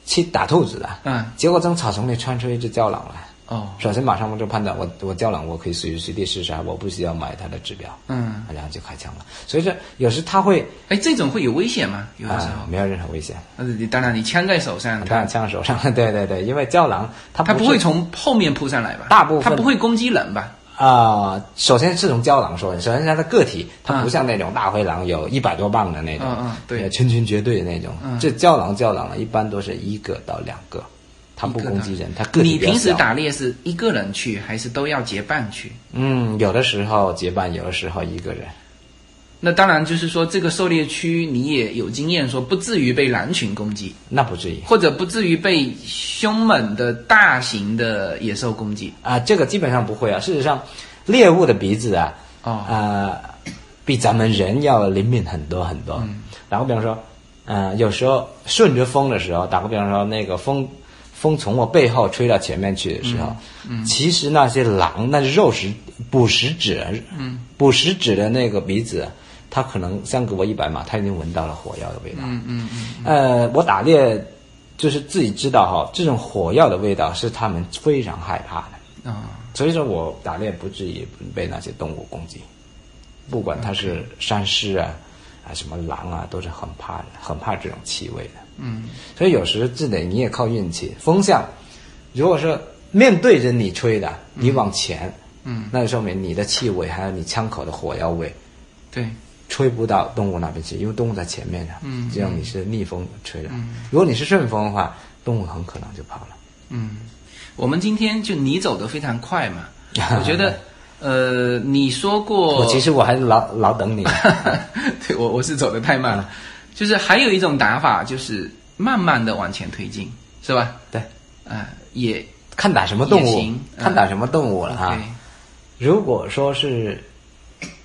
Speaker 3: 去打兔子的，
Speaker 2: 嗯
Speaker 3: 结果从草丛里窜出一只郊狼来。
Speaker 2: 哦，
Speaker 3: 首先马上我就判断我我郊狼我可以随时随地射杀，我不需要买它的指标，
Speaker 2: 嗯，
Speaker 3: 然后就开枪了。所以说有时它会
Speaker 2: 哎，这种会有危险吗？有的时
Speaker 3: 啊、
Speaker 2: 候，
Speaker 3: 没有任何危险，
Speaker 2: 呃，当然你枪在手上，
Speaker 3: 当然枪手上， 对对对，因为郊狼它
Speaker 2: 它不
Speaker 3: 是
Speaker 2: 会从后面扑上来吧？
Speaker 3: 大部分
Speaker 2: 它不会攻击人吧？
Speaker 3: 啊、首先是从胶囊说，首先它的个体，它不
Speaker 2: 嗯
Speaker 3: 像那种大灰狼有一百多磅的那种，
Speaker 2: 嗯嗯对
Speaker 3: 成群结队的那种。
Speaker 2: 嗯
Speaker 3: 这胶囊胶囊呢，一般都是一个到两个，它不攻击人，它个体
Speaker 2: 你
Speaker 3: 比较
Speaker 2: 平时
Speaker 3: 小
Speaker 2: 打猎是一个人去，还是都要结伴去？
Speaker 3: 嗯，有的时候结伴，有的时候一个人。
Speaker 2: 那当然就是说，这个狩猎区你也有经验，说不至于被狼群攻击，
Speaker 3: 那不至于
Speaker 2: 或者不至于被凶猛的大型的野兽攻击。
Speaker 3: 啊、这个基本上不会啊。事实上，猎物的鼻子啊，
Speaker 2: 哦
Speaker 3: 呃，比咱们人要灵敏很多很多。打个比方说，呃，有时候顺着风的时候，打个比方说，那个风风从我背后吹到前面去的时候，其实那些狼那是肉食捕食者，嗯，捕食者的那个鼻子，它可能相隔我一百码，它已经闻到了火药的味道。嗯嗯呃，我打猎就是自己知道哈，这种火药的味道是他们非常害怕的。
Speaker 2: 啊、
Speaker 3: 所以说我打猎不至于被那些动物攻击，不管它是山狮啊，啊什么狼啊，都是很怕的，很怕这种气味的。嗯，所以有时这得你也靠运气。风向，如果说面对着你吹的，你往前，嗯，那就说明你的气味还有你枪口的火药味
Speaker 2: 对，
Speaker 3: 吹不到动物那边去，因为动物在前面呢。嗯，这样你是逆风吹的，如果你是顺风的话，动物很可能就跑了。
Speaker 2: 嗯我们今天就你走得非常快 嘛，我觉得，呃，你说过，
Speaker 3: 我其实我还老老等 你。
Speaker 2: 对我我是走得太慢了，就是还有一种打法就是慢慢的往前推进，是吧？
Speaker 3: 对。
Speaker 2: 啊、也
Speaker 3: 看打什么动
Speaker 2: 也
Speaker 3: 物
Speaker 2: 行，嗯
Speaker 3: 看打什么动物了啊。如果说是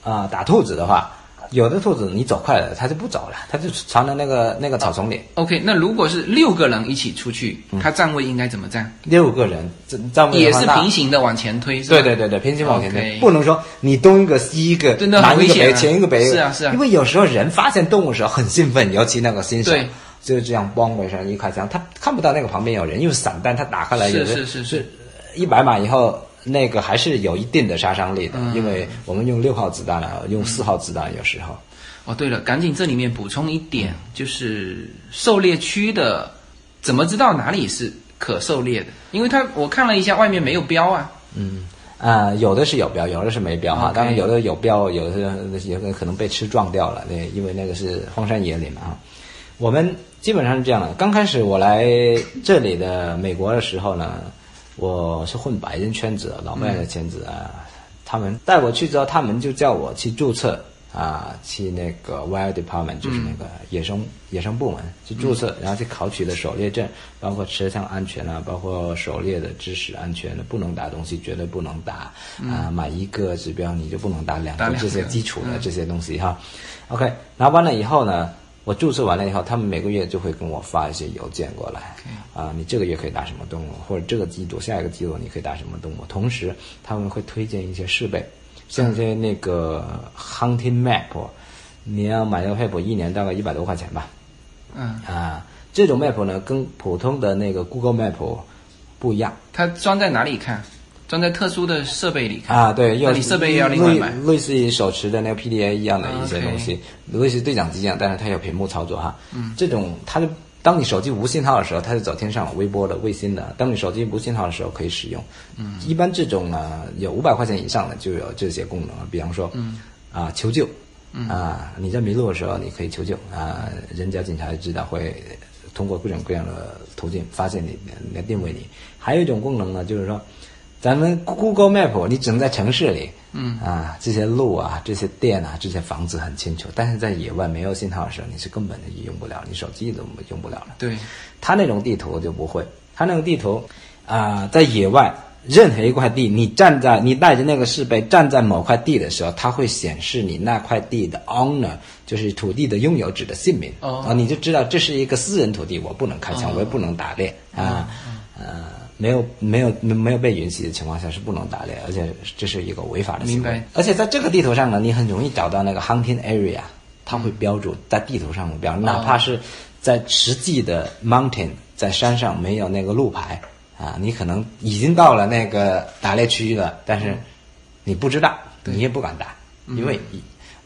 Speaker 3: 啊、打兔子的话，有的兔子你走快了，它就不走了，它就藏到那个那个草丛里。
Speaker 2: OK，那如果是六个人一起出去，他站位应该怎么站？
Speaker 3: 六个人，这嗯站位
Speaker 2: 也
Speaker 3: 的话
Speaker 2: 是
Speaker 3: 那
Speaker 2: 平行的往前推，是吧？
Speaker 3: 对对对对，平行往前推
Speaker 2: OK
Speaker 3: 不能说你东一个西一个，
Speaker 2: 对那很
Speaker 3: 南一
Speaker 2: 危
Speaker 3: 个
Speaker 2: 险
Speaker 3: 北，
Speaker 2: 啊
Speaker 3: 前一个北一个，
Speaker 2: 是啊是啊
Speaker 3: 因为有时候人发现动物的时候很兴奋，尤其那个新手
Speaker 2: 对，
Speaker 3: 就是这样咣一声一开枪，他看不到那个旁边有人，因为散弹他打开来
Speaker 2: 是
Speaker 3: 有人
Speaker 2: 是是是
Speaker 3: 一百码以后。那个还是有一定的杀伤力的，因为我们用六号子弹啊，用四号子弹有时候，
Speaker 2: 哦，对了，赶紧这里面补充一点，就是狩猎区的怎么知道哪里是可狩猎的？因为他我看了一下，外面没有标啊。
Speaker 3: 啊、有的是有标，有的是没标哈。
Speaker 2: OK
Speaker 3: 当然，有的有标，有的有的可能被吃撞掉了，那因为那个是荒山野岭嘛哈。我们基本上是这样的。刚开始我来这里的美国的时候呢，我是混白人圈子，老外的圈子啊。他们带我去之后，他们就叫我去注册啊，去那个 Wild Department，就是那
Speaker 2: 嗯
Speaker 3: 个野生、野生部门去注册，然后去考取的狩猎证，包括车上安全啊，包括狩猎的知识安全的，不能打东西，绝对不能打啊、买一个指标你就不能打两
Speaker 2: 嗯打
Speaker 3: 个
Speaker 2: 两
Speaker 3: 这些
Speaker 2: 个
Speaker 3: 基础的这些东西哈。OK，拿完了以后呢，我注册完了以后，他们每个月就会跟我发一些邮件过来。啊，你这个月可以打什么动物，或者这个季度、下一个季度你可以打什么动物。同时，他们会推荐一些设备，像一些那个 hunting map，你要买那个 map，一年大概一百多块钱吧。
Speaker 2: 嗯，
Speaker 3: 啊，这种 map 呢，跟普通的那个 Google map 不一样。
Speaker 2: 它装在哪里看？装在特殊的设备里看
Speaker 3: 啊，对，
Speaker 2: 那
Speaker 3: 要
Speaker 2: 你设备要另外买。
Speaker 3: 类类似于手持的那个 PDA 一样的一些
Speaker 2: 啊，OK
Speaker 3: 东西，类似于对讲机一样，但是它有屏幕操作哈。嗯，这种它就当你手机无信号的时候，它就走天上有微波的、卫星的；当你手机无信号的时候，可以使用。嗯，一般这种呢，有五百块钱以上的就有这些功能了，比方说，嗯，啊，求救。
Speaker 2: 嗯
Speaker 3: 啊，你在迷路的时候，你可以求救啊，人家警察知道会通过各种各样的途径发现你，来定位你。还有一种功能呢，就是说，咱们 Google Map 你只能在城市里，嗯啊，这些路啊、这些店啊、这些房子很清楚，但是在野外没有信号的时候，你是根本就用不了，你手机都用不了了。
Speaker 2: 对，
Speaker 3: 它那种地图就不会，它那种地图啊、在野外任何一块地，你站在你带着那个设备站在某块地的时候，它会显示你那块地的 owner，就是土地的拥有者的姓名，
Speaker 2: 哦
Speaker 3: 啊，你就知道这是一个私人土地，我不能开枪，我也不能打猎啊，
Speaker 2: 哦
Speaker 3: 呃，没有没有没有被允许的情况下是不能打猎，而且这是一个违法的行为
Speaker 2: 明白。
Speaker 3: 而且在这个地图上呢，你很容易找到那个 hunting area，它会标注在地图上会标注，哪怕是在实际的 mountain 在山上没有那个路牌啊，你可能已经到了那个打猎区域了，但是你不知道，你也不敢打，因为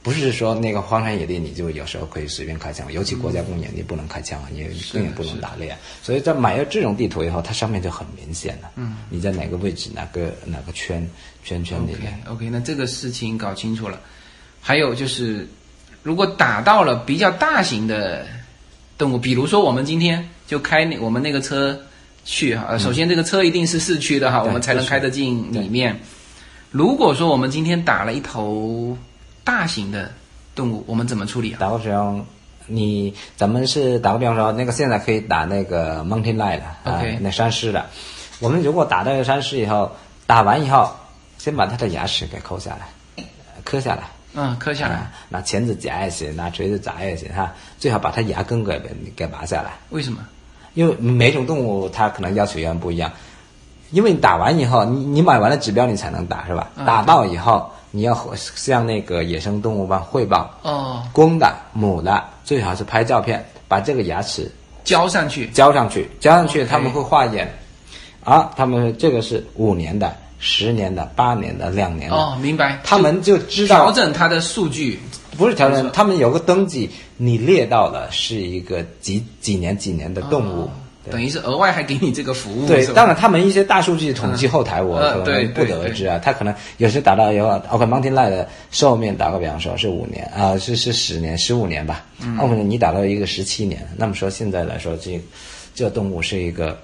Speaker 3: 不是说那个荒山野地你就有时候可以随便开枪，尤其国家公园你不能开枪啊，你也更也不能打猎啊。所以在买了这种地图以后，它上面就很明显了，嗯，你在哪个位置，哪个哪个圈圈圈里
Speaker 2: OK
Speaker 3: 面。
Speaker 2: OK，那这个事情搞清楚了。还有就是，如果打到了比较大型的动物，比如说我们今天就开那我们那个车去哈，呃，首先这个车一定是市区的哈，
Speaker 3: 嗯对
Speaker 2: 我们才能
Speaker 3: 市区
Speaker 2: 开得进里面。如果说我们今天打了一头大型的动物，我们怎么处理啊？
Speaker 3: 打个比方，你咱们是打个比方说，那个现在可以打那个 mountain lion 了啊
Speaker 2: OK
Speaker 3: 那山狮了。我们如果打那个山狮以后，打完以后，先把它的牙齿给抠下来，磕下来。
Speaker 2: 嗯，磕下来
Speaker 3: 啊，，拿钳子夹也行，拿锤子砸也行哈，最好把它牙根给给拔下来，
Speaker 2: 为什么？
Speaker 3: 因为每种动物它可能要求一样不一样。因为你打完以后，你你买完了指标你才能打是吧？
Speaker 2: 嗯
Speaker 3: 打到以后，你要和向那个野生动物办汇报，
Speaker 2: 哦，
Speaker 3: 公的母的最好是拍照片，把这个牙齿
Speaker 2: 交上去，
Speaker 3: 交上去，交上去
Speaker 2: OK
Speaker 3: 他们会化验，
Speaker 2: 哎
Speaker 3: 啊，他们这个是五年的、十年的、八年的、两年的，
Speaker 2: 哦，明白。
Speaker 3: 他们就知道
Speaker 2: 调整它的数据，
Speaker 3: 不是调整，他们有个登记，你列到了是一个几几年几年的动
Speaker 2: 哦
Speaker 3: 物。对
Speaker 2: 等于是额外还给你这个服务。
Speaker 3: 对
Speaker 2: 是，吧
Speaker 3: 当然他们一些大数据统计后台，我
Speaker 2: 嗯
Speaker 3: 可
Speaker 2: 对
Speaker 3: 能不
Speaker 2: 对
Speaker 3: 得而
Speaker 2: 对
Speaker 3: 知啊。他可能有时打到以后，OK Mountain Lion 的寿命，打个比方说是五年啊、是是十年、十五年吧。那我、嗯、你打到一个十七年，那么说现在来说，这这动物是一个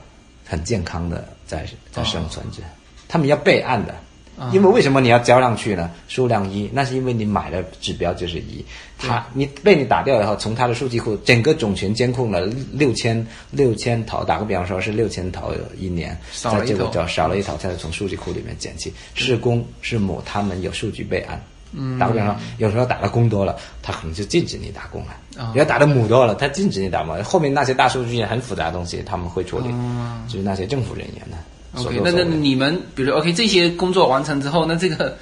Speaker 3: 很健康的在在生
Speaker 2: 哦
Speaker 3: 存着，他们要备案的。
Speaker 2: 啊
Speaker 3: 因为为什么你要交上去呢？数量一，那是因为你买的指标就是一，它你被你打掉以后，从它的数据库整个种群监控了六千六千头，打个比方说是六千头一年，
Speaker 2: 少了
Speaker 3: 在这
Speaker 2: 一
Speaker 3: 个
Speaker 2: 头
Speaker 3: 叫少了一头，它就从数据库里面捡起，是公是母，他们有数据备案。嗯，打个比方说，有时候打的公多了，它可能就禁止你打公了；
Speaker 2: 哦
Speaker 3: 要打的母多了，它禁止你打母。后面那些大数据很复杂的东西，他们会处理，就是那些政府人员呢。
Speaker 2: 啊
Speaker 3: 所
Speaker 2: OK，
Speaker 3: 作
Speaker 2: 那
Speaker 3: 所
Speaker 2: 那
Speaker 3: 为
Speaker 2: 你们比如 OK 这些工作完成之后，那这个、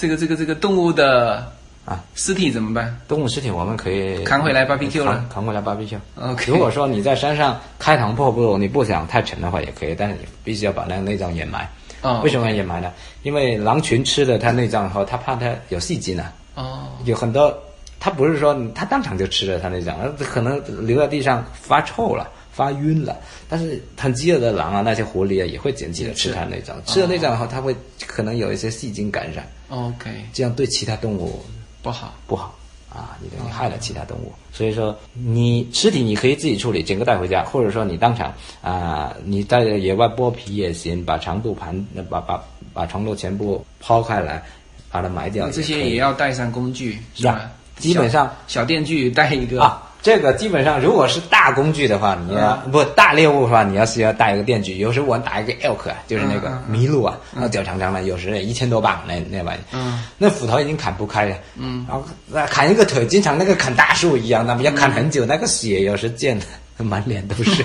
Speaker 2: 这个这个这个动物的
Speaker 3: 啊
Speaker 2: 尸体怎么办？
Speaker 3: 动物尸体我们可以
Speaker 2: 扛回来 barbecue 了
Speaker 3: 扛扛回来 barbecue。
Speaker 2: OK
Speaker 3: 如果说你在山上开膛破肚，你不想太沉的话也可以，但是你必须要把那个内脏掩埋。
Speaker 2: 哦
Speaker 3: 为什么要掩埋呢？因为狼群吃了它内脏以后，它怕它有细菌呢、啊
Speaker 2: 哦，
Speaker 3: 有很多，它不是说它当场就吃了它内脏，它可能留在地上发臭了。发晕了，但是很饥饿的狼啊，那些狐狸啊，也会捡起来吃它内
Speaker 2: 啊
Speaker 3: 脏。吃了内脏以后，它会可能有一些细菌感染，
Speaker 2: OK，
Speaker 3: 这样对其他动物
Speaker 2: 不好。
Speaker 3: 不好啊，你等于害了其他动物。所以说，你尸体你可以自己处理，整个带回家，或者说你当场啊、你在野外剥皮也行，把长肚盘呃把把把长肉全部抛开来，把它埋掉
Speaker 2: 那
Speaker 3: 可以。
Speaker 2: 这些也要带上工具，是吧
Speaker 3: 呀？基本上
Speaker 2: 小啊小电锯带一个，
Speaker 3: 啊。这个基本上，如果是大工具的话，你要、不大猎物的话，你要是要带一个电锯。有时候我打一个 elk 啊，就是那个麋鹿啊，那脚长长的，有时一千多磅那那玩意，
Speaker 2: 嗯，
Speaker 3: 那斧头已经砍不开了，嗯，然后那砍一个腿，经常那个砍大树一样，那么要砍很久，那个血有时溅的满脸都 是，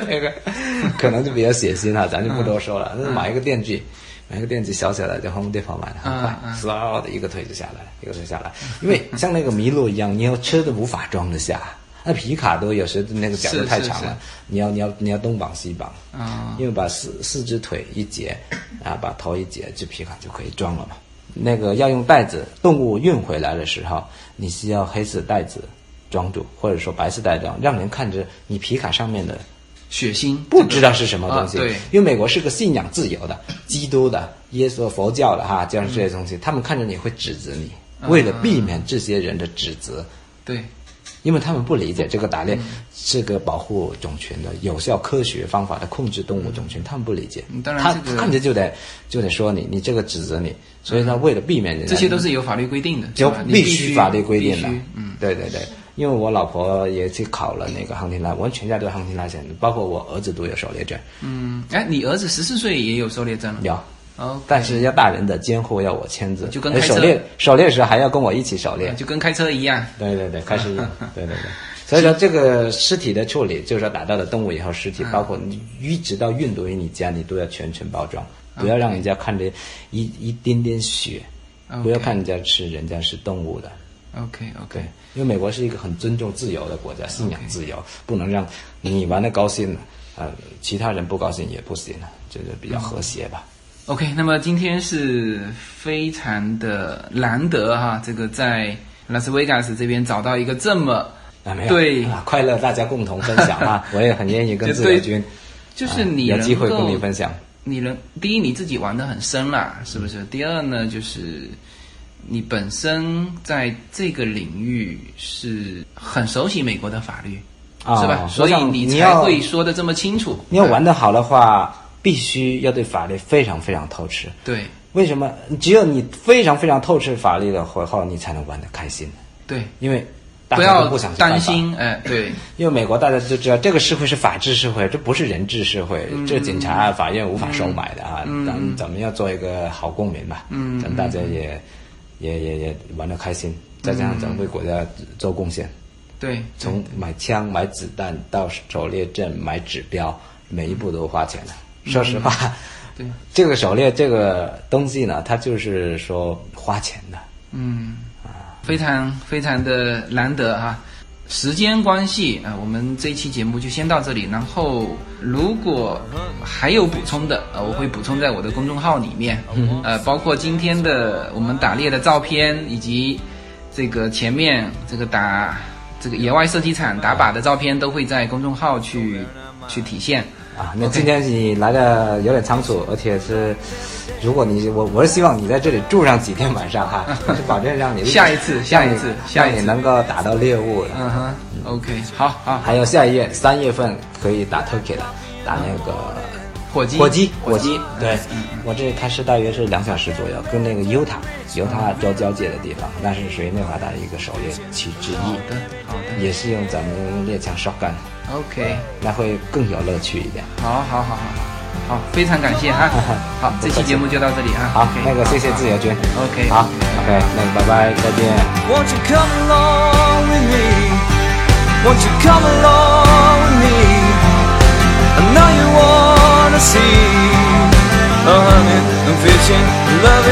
Speaker 3: 那个可能就比较血腥了，咱就不多说了。
Speaker 2: 嗯
Speaker 3: 那买一个电锯。买个电锯小小的，在 Home Depot 买的，很快
Speaker 2: 嗯，嗯
Speaker 3: 嗖的一个腿就下来了，一个腿下来，因为像那个麋鹿一样，你要吃的无法装得下，那皮卡多有时那个角
Speaker 2: 是
Speaker 3: 度太
Speaker 2: 是
Speaker 3: 长
Speaker 2: 是
Speaker 3: 了，你要你要你要东绑西绑，
Speaker 2: 啊
Speaker 3: 因为把四四只腿一截，啊，把头一截，这皮卡就可以装了嘛。那个要用袋子，动物运回来的时候，你需要黑色袋子装住，或者说白色袋装，让人看着你皮卡上面的
Speaker 2: 血腥
Speaker 3: 不知道是什么东西。
Speaker 2: 啊对
Speaker 3: 因为美国是个信仰自由的，基督的、耶稣、佛教的哈，这样这些东西，他们看着你会指责你。
Speaker 2: 嗯
Speaker 3: 为了避免这些人的指责，
Speaker 2: 对，
Speaker 3: 因为他们不理解这个打猎
Speaker 2: 嗯
Speaker 3: 是个保护种群的有效科学方法的控制动物种群，他们不理解
Speaker 2: 嗯。当然
Speaker 3: 他
Speaker 2: 这个嗯
Speaker 3: 他看着就得就得说你，你这个指责你，所以呢，为了避免人家
Speaker 2: 这些都是有法律规定的，
Speaker 3: 就是
Speaker 2: 吧你
Speaker 3: 必
Speaker 2: 须
Speaker 3: 须法律规定
Speaker 2: 必
Speaker 3: 的
Speaker 2: 须。嗯，
Speaker 3: 对对对，因为我老婆也去考了那个航天拉，我们全家都有航天拉险，包括我儿子都有狩猎证，
Speaker 2: 嗯，哎，你儿子十四岁也有狩猎证了，
Speaker 3: 有。
Speaker 2: 哦，
Speaker 3: 但是要大人的监护，要我签字。
Speaker 2: 就跟
Speaker 3: 而
Speaker 2: 开车
Speaker 3: 狩猎狩猎时还要跟我一起狩猎，
Speaker 2: 就跟开车一样，
Speaker 3: 对对对，开 始用，对对对。所以说，这个尸体的处理，就是说打到了动物以后，尸体
Speaker 2: 嗯
Speaker 3: 包括你一直到运回你家，你都要全程包装，
Speaker 2: 嗯
Speaker 3: 不要让人家看着一一点点血，不要看人家吃人家是动物的。
Speaker 2: OK
Speaker 3: 对
Speaker 2: OK，，
Speaker 3: 因为美国是一个很尊重自由的国家，信仰自由，不能让你玩的高兴了，呃，其他人不高兴也不行了，这就比较和谐吧。
Speaker 2: OK，那么今天是非常的难得哈，这个在拉斯维加斯这边找到一个这么
Speaker 3: 啊，没
Speaker 2: 嗯
Speaker 3: 有，
Speaker 2: 对
Speaker 3: 啊，快乐大家共同分享 啊！我也很愿意跟
Speaker 2: 就
Speaker 3: 自由
Speaker 2: 对
Speaker 3: 军，
Speaker 2: 就是
Speaker 3: 啊
Speaker 2: 你
Speaker 3: 有
Speaker 2: 能
Speaker 3: 机会跟
Speaker 2: 够
Speaker 3: 你分享。
Speaker 2: 你能第一你自己玩的很深啦，是不是？
Speaker 3: 嗯
Speaker 2: 第二呢，就是你本身在这个领域是很熟悉美国的法律，
Speaker 3: 啊
Speaker 2: 是吧？所
Speaker 3: 我
Speaker 2: 以
Speaker 3: 想
Speaker 2: 你
Speaker 3: 你
Speaker 2: 才
Speaker 3: 要
Speaker 2: 会说的这么清楚。
Speaker 3: 你要玩得好的话，必须要对法律非常非常透彻。
Speaker 2: 对
Speaker 3: 为什么？只有你非常非常透彻法律的时候，你才能玩得开心。
Speaker 2: 对，
Speaker 3: 因为大
Speaker 2: 不
Speaker 3: 家都
Speaker 2: 要
Speaker 3: 不想去犯
Speaker 2: 担
Speaker 3: 法
Speaker 2: 心，哎，对，
Speaker 3: 因为美国大家就知道这个社会是法治社会，这不是人治社会，这警察啊、法院无法收买的啊。咱们咱们要做一个好公民嘛，嗯，咱们大家也也也也玩得开心，再加上咱们为国家做贡献，
Speaker 2: 对，
Speaker 3: 从买枪、买子弹到狩猎证、买指标，每一步都花钱的。说实话，
Speaker 2: 嗯对，
Speaker 3: 这个狩猎这个东西呢，它就是说花钱的。
Speaker 2: 嗯，非常非常的难得哈、时间关系啊、呃我们这一期节目就先到这里。然后如果还有补充的，呃，我会补充在我的公众号里面，呃，包括今天的我们打猎的照片，以及这个前面这个打这个野外射击场打靶的照片，都会在公众号去去体现。
Speaker 3: 啊，那今天你来的有点仓促，而且是，如果你我我是希望你在这里住上几天晚上哈， 我是保证让你
Speaker 2: 下一次下一次
Speaker 3: 让你
Speaker 2: 下一次
Speaker 3: 让你能够打到猎物的。
Speaker 2: 嗯哼，OK，好好，
Speaker 3: 还有下一月三月份可以打 turkey 了，打那个
Speaker 2: 火鸡嗯
Speaker 3: 火鸡
Speaker 2: 火鸡，
Speaker 3: 对，我这开车大约是两小时左右，跟那个犹他犹他州交界的地方，那是属于内华达的一个狩猎区之
Speaker 2: 好
Speaker 3: 一，
Speaker 2: 的好的
Speaker 3: 也是用咱们猎枪 shotgun，
Speaker 2: ，OK。
Speaker 3: 那会更有乐趣一点。
Speaker 2: 好好好好好，非常感谢哈。好，这期节目就到这里啊。
Speaker 3: 好
Speaker 2: OK，，
Speaker 3: 那个谢谢自由军。
Speaker 2: OK
Speaker 3: 好，OK，那个拜拜，再见。
Speaker 1: Won't you come along with me? Won't you come along with me? I know you wanna see a hunting and fishing, love